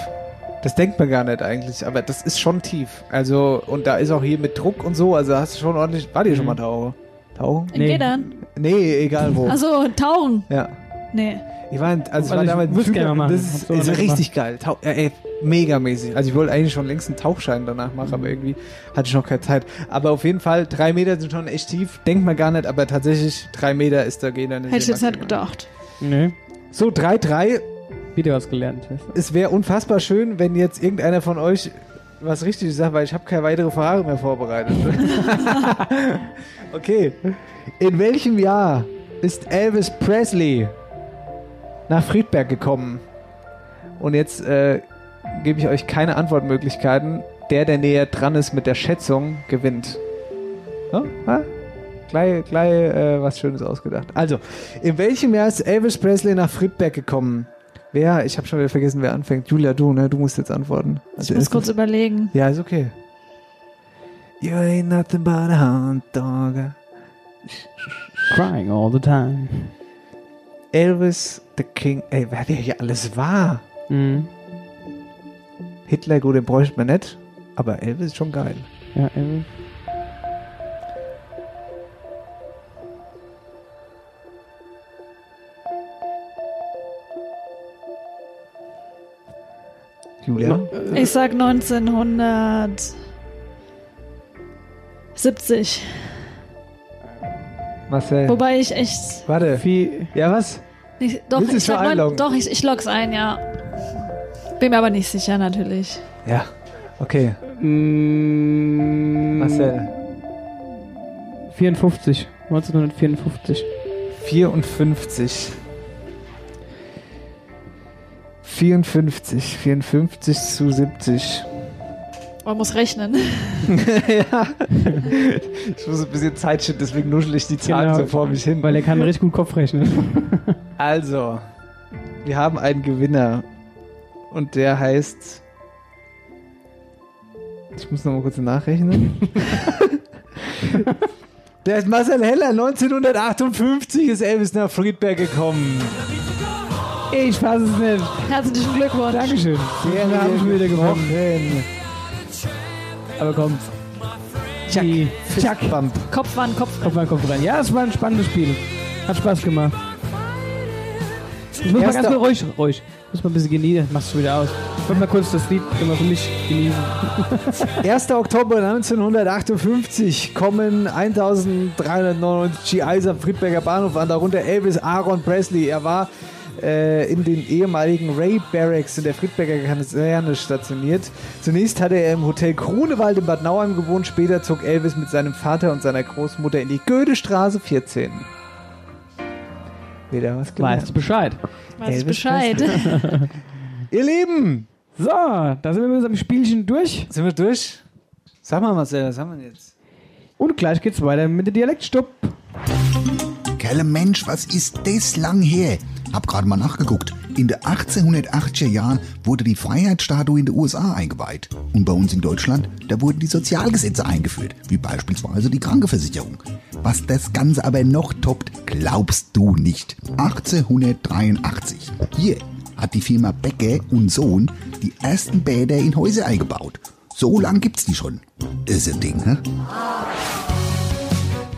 Das denkt man gar nicht eigentlich, aber das ist schon tief. Also, und da ist auch hier mit Druck und so, also hast du schon ordentlich. War
Mhm.
dir schon mal tauchen? Tauchen?
In Gedern.
Nee, egal wo.
Achso, Tauchen.
Ja.
Nee.
Ich war, in- also ich
Also
war
ich
damals in
würd's gerne
Südafrika.
mal machen.
Das
Hab's
ist,
aber
ist
noch nicht
richtig geil. Tau ja, ey, megamäßig. Also ich wollte eigentlich schon längst einen Tauchschein danach machen,
Mhm.
aber irgendwie hatte ich noch keine Zeit. Aber auf jeden Fall, drei Meter sind schon echt tief. Denkt man gar nicht, aber tatsächlich, drei Meter ist da gehen dann
Hätte ich jetzt nicht gedacht.
Nee.
So, 3-3.
Wieder was gelernt.
Es wäre unfassbar schön, wenn jetzt irgendeiner von euch was richtig sagt, weil ich habe keine weitere Frage mehr vorbereitet. okay. In welchem Jahr ist Elvis Presley nach Friedberg gekommen? Und jetzt äh, gebe ich euch keine Antwortmöglichkeiten. Der, der näher dran ist mit der Schätzung, gewinnt. Ja? Ah? Gleich, gleich äh, was Schönes ausgedacht. Also, in welchem Jahr ist Elvis Presley nach Friedberg gekommen? Wer? Ich habe schon wieder vergessen, wer anfängt. Julia, du, ne? Du musst jetzt antworten. Also
Ich muss
erstens-
kurz überlegen.
ja, ist okay. You ain't nothing but a hound dog.
Crying all the time.
Elvis, the King. Ey, wer der hier alles war.
Mhm.
Hitler, gut, den bräuchte man nicht. Aber Elvis ist schon geil.
Ja, Elvis.
Julia?
Ich sag 1970.
Marcel?
Wobei ich echt.
Warte.
Wie?
Ja, was?
Nicht, doch,
Willst du
ich
schon
sag neun,
einloggen?
doch, ich, ich log's ein, ja. Bin mir aber nicht sicher, natürlich.
Ja. Okay.
Ähm,
Marcel.
54. 1954.
54. 54. 54 zu 70.
Man muss rechnen.
ja. Ich muss ein bisschen Zeit schinden, deswegen nuschel ich die Zahlen
Genau.
so vor mich hin.
Weil er kann richtig gut Kopf rechnen.
Also, wir haben einen Gewinner. Und der heißt. Ich muss nochmal kurz nachrechnen. der ist Marcel Heller. 1958 ist Elvis nach Friedberg gekommen.
Ich fasse es nicht.
Herzlichen Glückwunsch.
Dankeschön.
Der
Wir haben schon wieder gewonnen. Aber komm. Die Chuck.
Bump.
Kopf an Kopf.
Kopf an Kopf rein. Ja, es war ein spannendes Spiel. Hat Spaß gemacht. Ich muss mal
Erster-
ganz mal ruhig, ruhig. Muss mal ein bisschen genießen. Machst du wieder aus. Ich wollte mal kurz das Lied immer für mich genießen.
1. Oktober 1958 kommen 1399 GIs am Friedberger Bahnhof an, darunter Elvis Aaron Presley. Er war äh, in den ehemaligen Ray Barracks in der Friedberger Kaserne stationiert. Zunächst hatte er im Hotel Grunewald in Bad Nauheim gewohnt, später zog Elvis mit seinem Vater und seiner Großmutter in die Goethestraße 14. Wieder was
Weißt
gelernt.
du Bescheid.
Weiß
Elvis
Bescheid.
Ihr Lieben,
So, da sind wir mit unserem Spielchen durch.
sind wir durch? Sag mal Marcel, was haben wir denn jetzt?
Und gleich geht's weiter mit der Dialektstopp.
Kerle Mensch, was ist das lang her? Hab gerade mal nachgeguckt. In den 1880er Jahren wurde die Freiheitsstatue in den USA eingeweiht. Und bei uns in Deutschland, da wurden die Sozialgesetze eingeführt, wie beispielsweise die Krankenversicherung. Was das Ganze aber noch toppt, glaubst du nicht. 1883. Hier hat die Firma Becke und Sohn die ersten Bäder in Häuser eingebaut. So lang gibt's die schon. Ist ein Ding, hä?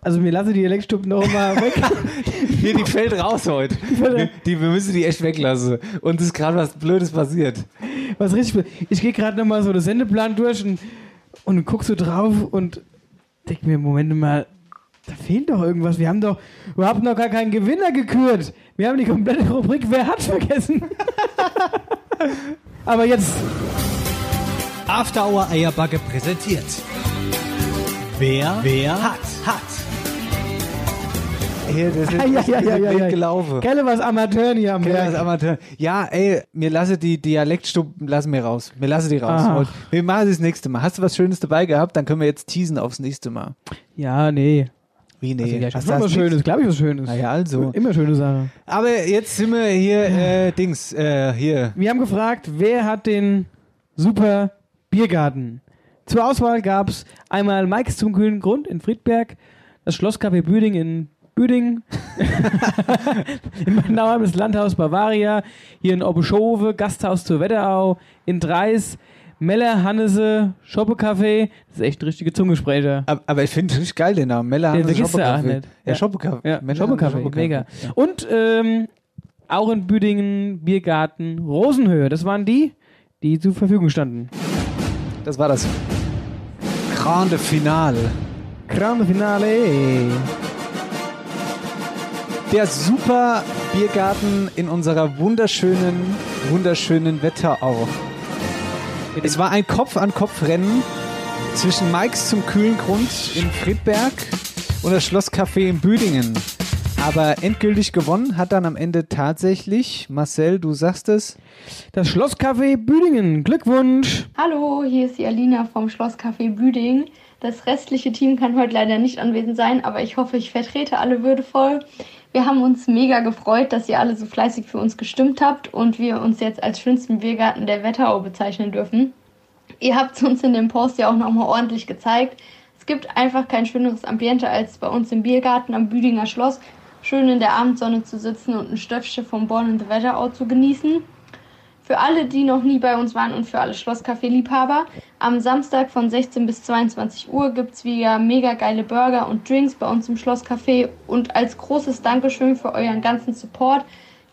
Also wir lassen die Dialektstopp noch mal weg.
Hier, die fällt raus heute. Die, wir müssen die echt weglassen. Und es ist gerade was Blödes passiert.
Was richtig. Ich gehe gerade nochmal so den Sendeplan durch und, und guck so drauf und denk mir, Moment mal, da fehlt doch irgendwas. Wir haben doch überhaupt noch gar keinen Gewinner gekürt. Wir haben die komplette Rubrik Wer hat vergessen? Aber jetzt.
After Hour Eierbacke präsentiert. Wer, wer hat, hat.
Hier, das ist
Ei, ei, ei, ei, ei, ei.
gelaufen.
Kelle was Amateuren hier am
Kelle was
Werk.
Amateur. Ja, ey, mir lasse die Dialektstunden, lassen wir raus. Wir lassen die raus.
Ach.
Heute. Wir machen sie das nächste Mal. Hast du was Schönes dabei gehabt? Dann können wir jetzt teasen aufs nächste Mal.
Ja, nee.
Wie nee?
Also, ja, ich
Hast
hab
du
immer
das
was Schönes, glaube ich, was Schönes.
Na ja, also.
Immer schöne Sache.
Aber jetzt sind wir hier, äh, Dings, äh, hier.
Wir haben gefragt, wer hat den Super Biergarten? Zur Auswahl gab es einmal Mike's zum kühlen Grund in Friedberg, das Schloss Café Büding in Büding, in Mannheim das Landhaus Bavaria, hier in Obeschove, Gasthaus zur Wetterau, in Dreis, Meller, Hannese, Schoppe-Café. Das ist echt ein richtiger Zungesprächer.
Aber, aber ich finde es richtig geil, den Namen. Mella
Den vergisst du auch
Schoppe-Kaffee.
nicht.
Ja,
Ja.
Schoppe-Kaffee.
Ja,
Mella
Schoppe-Kaffee,
Schoppe-Kaffee.
mega. Und ähm, auch in Büdingen, Biergarten, Rosenhöhe. Das waren die, die zur Verfügung standen.
Das war das Grande Finale.
Grande Finale.
Der super Biergarten in unserer wunderschönen, wunderschönen Wetterau. Es war ein Kopf-an-Kopf-Rennen zwischen Mikes zum kühlen Grund in Friedberg und das Schlosscafé in Büdingen. Aber endgültig gewonnen hat dann am Ende tatsächlich, Marcel, du sagst es,
Das Schlosscafé Büdingen. Glückwunsch.
Hallo, hier ist die Alina vom Schlosscafé Büding. Das restliche Team kann heute leider nicht anwesend sein, aber ich hoffe, ich vertrete alle würdevoll. Wir haben uns mega gefreut, dass ihr alle so fleißig für uns gestimmt habt und wir uns jetzt als schönsten Biergarten der Wetterau bezeichnen dürfen. Ihr habt es uns in dem Post ja auch nochmal ordentlich gezeigt. Es gibt einfach kein schöneres Ambiente als bei uns im Biergarten am Büdinger Schloss. Schön in der Abendsonne zu sitzen und ein Stöpfchen vom Born in the Wetterau zu genießen. Für alle, die noch nie bei uns waren und für alle Schlosscafé-Liebhaber, am Samstag von 16 bis 22 Uhr gibt es wieder mega geile Burger und Drinks bei uns im Schlosscafé. Und als großes Dankeschön für euren ganzen Support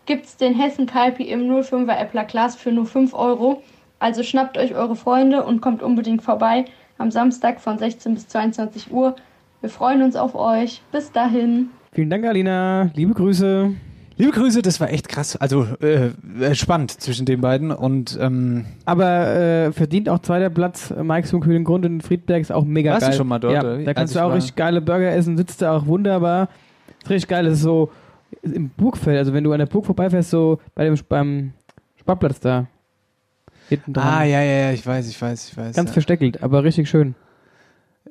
gibt es den Hessen Kalpi im 05er Äppler Glas für nur 5 Euro.
Also schnappt euch eure Freunde und kommt unbedingt vorbei am Samstag von 16 bis 22 Uhr. Wir freuen uns auf euch. Bis dahin.
Vielen Dank, Alina. Liebe Grüße.
Liebe Grüße, das war echt krass. Also äh, spannend zwischen den beiden und ähm
aber äh, verdient auch zweiter Platz äh, Mike zum kühlen Grund in Friedberg ist auch mega
Warst
geil.
du schon mal dort,
Ja,
oder?
da
Also ich
kannst du auch
war-
richtig geile Burger essen, sitzt da auch wunderbar. Ist richtig geil, das ist so im Burgfeld, also wenn du an der Burg vorbeifährst, so bei dem beim Sportplatz da hinten dran.
Ah, ja, ja, ja, ich weiß, ich weiß, ich weiß.
Ganz
ja.
versteckelt, aber richtig schön.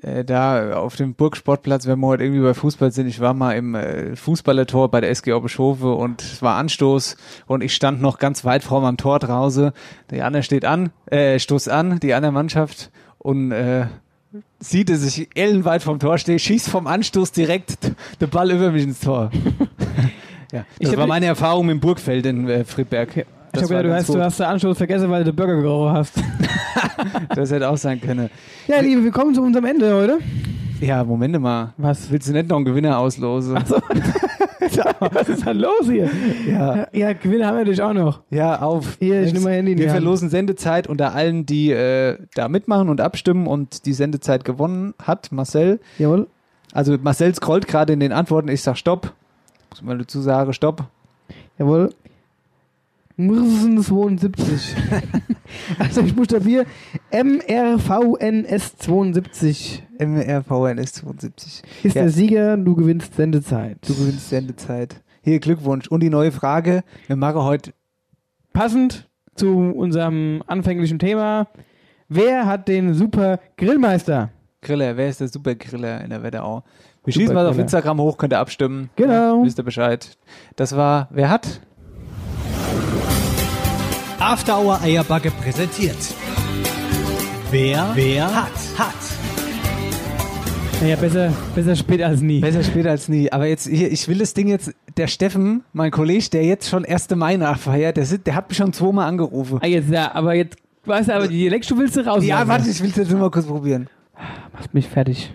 Äh, da auf dem Burgsportplatz, wenn wir heute irgendwie bei Fußball sind, ich war mal im äh, Fußballertor bei der SG Obeschhofe und es war Anstoß und ich stand noch ganz weit vorn am Tor draußen. Der andere steht an, äh, stoßt an, die andere Mannschaft und äh, sieht, dass ich ellenweit vom Tor stehe, schießt vom Anstoß direkt den Ball über mich ins Tor. ja, das
hab
war
die-
meine Erfahrung im Burgfeld in äh, Friedberg.
Ich
Das
hab
war
gedacht, du
ganz
hast, du
gut.
hast den Anschluss vergessen, weil du den Burger gerochen hast.
das hätte auch sein können.
Ja, Liebe, wir kommen zu unserem Ende heute.
Ja, Moment mal.
Was?
Willst du nicht noch einen Gewinner auslosen?
Was ist da los hier?
Ja.
ja, Gewinne haben wir natürlich auch noch.
Ja, auf.
Hier, ich nehme mein Handy in die
Wir
Hand.
verlosen Sendezeit unter allen, die äh, da mitmachen und abstimmen und die Sendezeit gewonnen hat, Marcel.
Jawohl.
Also Marcel scrollt gerade in den Antworten, ich sag Stopp. Muss man dazu sagen, Stopp.
Jawohl. Mrvn 72. also ich buchstabiere MRVNS 72
MRVNS 72.
ist
Ja.
der Sieger, du gewinnst Sendezeit.
Du gewinnst Sendezeit. Hier, Glückwunsch. Und die neue Frage, wir machen heute
Passend zu unserem anfänglichen Thema, wer hat den super Grillmeister?
Griller. Wer ist der Supergriller in der Wetterau? Wir schießen mal auf
Supergriller.
Instagram hoch, könnt ihr abstimmen.
Genau.
Ja, wisst ihr Bescheid. Das war, wer hat?
After Hour Eierbacke präsentiert. Wer, wer hat, hat.
Naja, besser, besser spät als nie.
Besser später als nie. Aber jetzt hier, ich will das Ding jetzt, der Steffen, mein Kollege, der jetzt schon 1. Mai nachfeiert, der, sit- der hat mich schon zweimal angerufen.
Ah, jetzt, ja, aber jetzt, weißt du, aber die Dialektstufe willst du raus.
Ja, ne. warte, ich will das nur mal kurz probieren.
Machst mich fertig.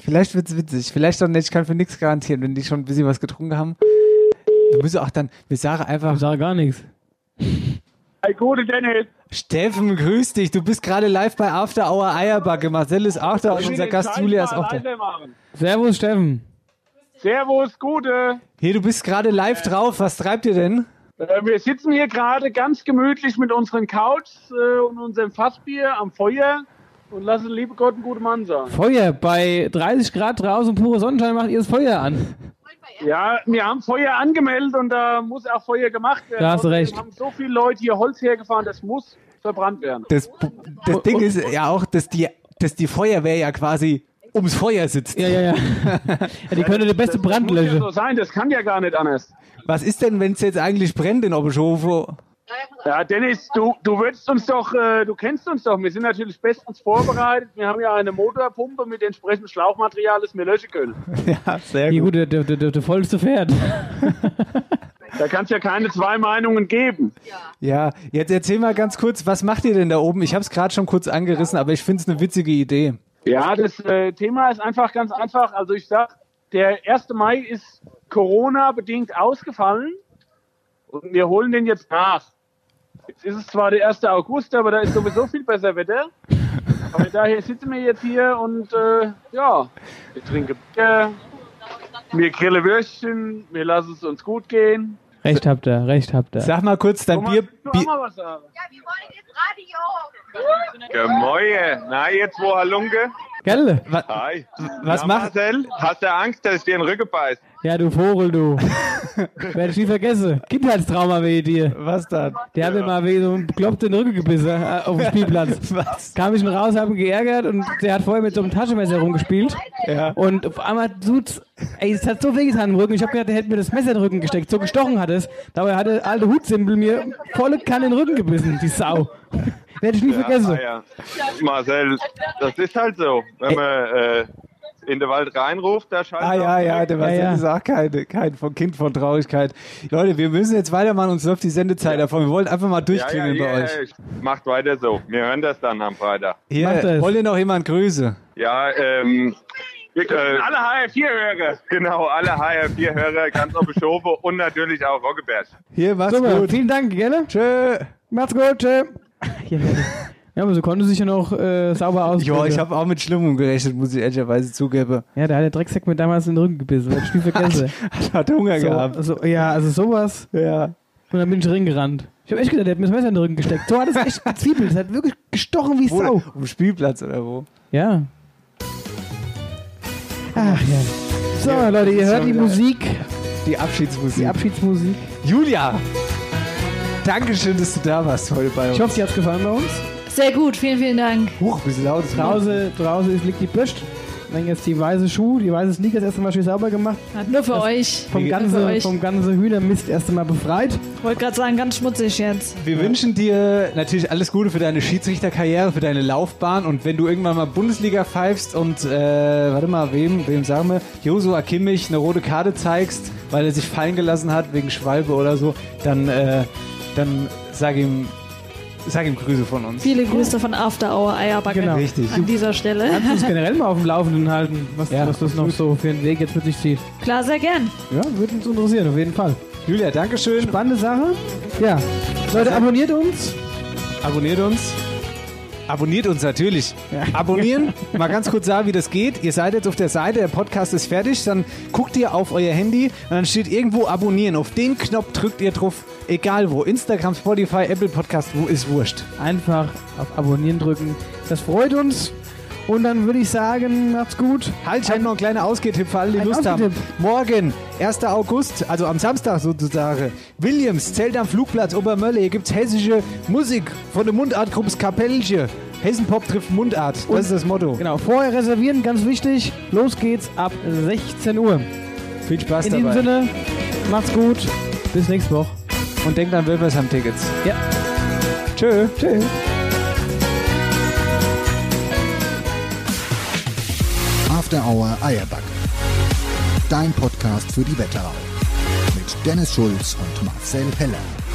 Vielleicht wird's witzig, vielleicht auch nicht, ich kann für nichts garantieren, wenn die schon ein bisschen was getrunken haben. Wir müssen auch dann, wir sagen einfach,
Ich sage gar nichts.
Hey, gute Dennis.
Steffen, grüß dich, du bist gerade live bei After Hour Eierbacke. Marcel ist auch da und
Ich will
unser
den
Gast
Scheiß
Julia ist
mal
auch da.
leiser machen.
Servus, Steffen.
Servus, gute.
Hier, du bist gerade live drauf, was treibt ihr denn?
Äh, Wir sitzen hier gerade ganz gemütlich mit unseren Couchs äh, und unserem Fassbier am Feuer und lassen liebe Gott einen guten Mann sein.
Feuer, bei 30 Grad draußen, pure Sonnenschein, macht ihr das Feuer an.
Ja, wir haben Feuer angemeldet und da muss auch Feuer gemacht werden.
Da hast du
Trotzdem
recht.
haben so viele Leute hier Holz hergefahren, das muss verbrannt werden.
Das, das Ding ist ja auch, dass die, dass die Feuerwehr ja quasi ums Feuer sitzt.
Ja, ja, ja. die können der beste Brand
Muss ja so sein, das kann ja gar nicht anders.
Was ist denn, wenn es jetzt eigentlich brennt in Obeschofo?
Ja, Dennis, du, du würdest uns doch, äh, du kennst uns doch. Wir sind natürlich bestens vorbereitet. Wir haben ja eine Motorpumpe mit entsprechendem Schlauchmaterial, das wir löschen können.
Ja, sehr
gut. Ja, gut, der, der, der, der vollste Pferd.
Da kann es ja keine zwei Meinungen geben.
Ja, jetzt erzähl mal ganz kurz, was macht ihr denn da oben? Ich habe es gerade schon kurz angerissen, aber ich finde es eine witzige Idee.
Ja, das äh, Thema ist einfach ganz einfach. Also ich sag, der 1. Mai ist Corona-bedingt ausgefallen und wir holen den jetzt nach. Jetzt ist es zwar der 1. August, aber da ist sowieso viel besser Wetter. Aber daher sitzen wir jetzt hier und äh, ja, wir trinken Bier, wir grillen Würstchen, wir lassen es uns gut gehen.
Recht habt ihr, recht habt ihr.
Sag mal kurz dein Bier.
Du auch mal was sagen?
Gemäue. Na, jetzt wo Halunke?
Gell?
Hi.
was
Na,
macht-
Marcel? Hast du Angst, dass ich dir in den Rücken beiß?
Ja, du Vogel, du. Werde ich nie vergessen. Kindheitstrauma weh dir.
Was dann?
Der hat mir mal weh so einen bekloppten Rücken gebissen äh, auf dem Spielplatz.
Was?
Kam ich schon raus, hab ihn geärgert und der hat vorher mit so einem Taschenmesser rumgespielt.
Ja.
Und auf einmal tut's, ey, es hat so weh getan im Rücken. Ich hab gedacht, der hätte mir das Messer in den Rücken gesteckt. So gestochen hat es. Dabei hat der alte Hutsimpel mir volle Kanne in den Rücken gebissen, die Sau. Werde ich nie
Also.
vergessen.
Ja, ah, ja. Marcel, das ist halt so. Wenn man äh, in den Wald reinruft, da schaltet
Ah ja, ja, der Marcel ist auch keine, kein von Kind von Traurigkeit. Leute, wir müssen jetzt weitermachen, uns läuft die Sendezeit davon. Wir wollten einfach mal
ja, ja,
durchklingeln
ja,
bei euch.
Macht weiter so. Wir hören das dann am Freitag.
Hier, wollt ihr noch jemand Grüße?
Ja, ähm. Wir können
alle HR4-Hörer.
Genau, alle HR4-Hörer, ganz auf Schofe und natürlich auch Rockeberg.
Hier, mach's
Super,
gut.
Vielen Dank, gell?
Tschö.
Macht's gut, tschö. ja, ja. Ja, aber so konnte sich ja noch äh, sauber aus.
Ja, ich habe auch mit Schlimmem gerechnet, muss ich ehrlicherweise zugeben.
Ja, da hat der Drecksack mir damals in den Rücken gebissen, weil ich viel vergesse.
hat, hat Hunger
so,
gehabt.
So, ja, also sowas.
Ja.
Und dann bin ich reingerannt. Ich habe echt gedacht, der hat mir das Messer in den Rücken gesteckt. So hat es echt gezwiebelt. Es hat wirklich gestochen wie
Wo
Sau.
denn? Auf dem Spielplatz oder wo?
Ja. Ach ja. So,
Ja,
Leute, ihr
das
hört
war
die
wieder-
Musik,
Die Abschiedsmusik.
die Abschiedsmusik.
Julia! Dankeschön, dass du da warst heute bei uns.
Ich hoffe, sie hat's gefallen bei uns.
Sehr gut, vielen, vielen Dank.
Huch, wie laut ist ne?
Draußen, draußen ist, liegt die Bürst. Dann jetzt die weiße Schuhe, die weiße Sneaker, das erste Mal schön sauber gemacht.
Hat nur für
Das-
euch.
Vom
Nur für
ganzen,
euch.
vom ganzen Hühnermist erst einmal befreit.
Wollte gerade sagen, ganz schmutzig jetzt.
Wir wünschen dir natürlich alles Gute für deine Schiedsrichterkarriere, für deine Laufbahn und wenn du irgendwann mal Bundesliga pfeifst und, äh, warte mal, wem, wem sagen wir, Josua Kimmich eine rote Karte zeigst, weil er sich fallen gelassen hat wegen Schwalbe oder so, dann, äh, dann sag ihm, sag ihm Grüße von uns.
Viele Grüße von After Hour Eierbacke.
Genau.
Richtig.
An dieser Stelle.
Kannst du uns generell mal auf dem Laufenden halten, was,
Ja,
was das noch so für einen Weg jetzt mit sich zieht?
Klar, sehr gern.
Ja, würde uns interessieren, auf jeden Fall.
Julia, Dankeschön.
Spannende Sache. Ja. Leute, abonniert uns.
Abonniert uns. Abonniert uns natürlich. Abonnieren. Mal ganz kurz sagen, wie das geht. Ihr seid jetzt auf der Seite, der Podcast ist fertig. Dann guckt ihr auf euer Handy und dann steht irgendwo Abonnieren. Auf den Knopf drückt ihr drauf, egal wo. Instagram, Spotify, Apple Podcast, wo ist wurscht.
Einfach auf Abonnieren drücken. Das freut uns. Und dann würde ich sagen, macht's gut.
Halt, ich habe noch einen kleinen Ausgehtipp für alle, die
Ein
Lust haben.
Ausgehtipp.
Morgen, 1. August, also am Samstag sozusagen, Williams, Zelt am Flugplatz Obermölle. Hier gibt's hessische Musik von der Mundartgruppe Kapellche. Hessenpop trifft Mundart. Das
Und-
ist das Motto.
Genau, vorher reservieren, ganz wichtig. Los geht's ab 16 Uhr.
Viel Spaß
In
dabei.
diesem Sinne, macht's gut. Bis nächste Woche.
Und denkt an Wilmersheim-Tickets.
Ja.
Tschö.
Tschüss.
After Hour Eierbacke. Dein Podcast für die Wetterau. Mit Dennis Schulz und Marcel Heller.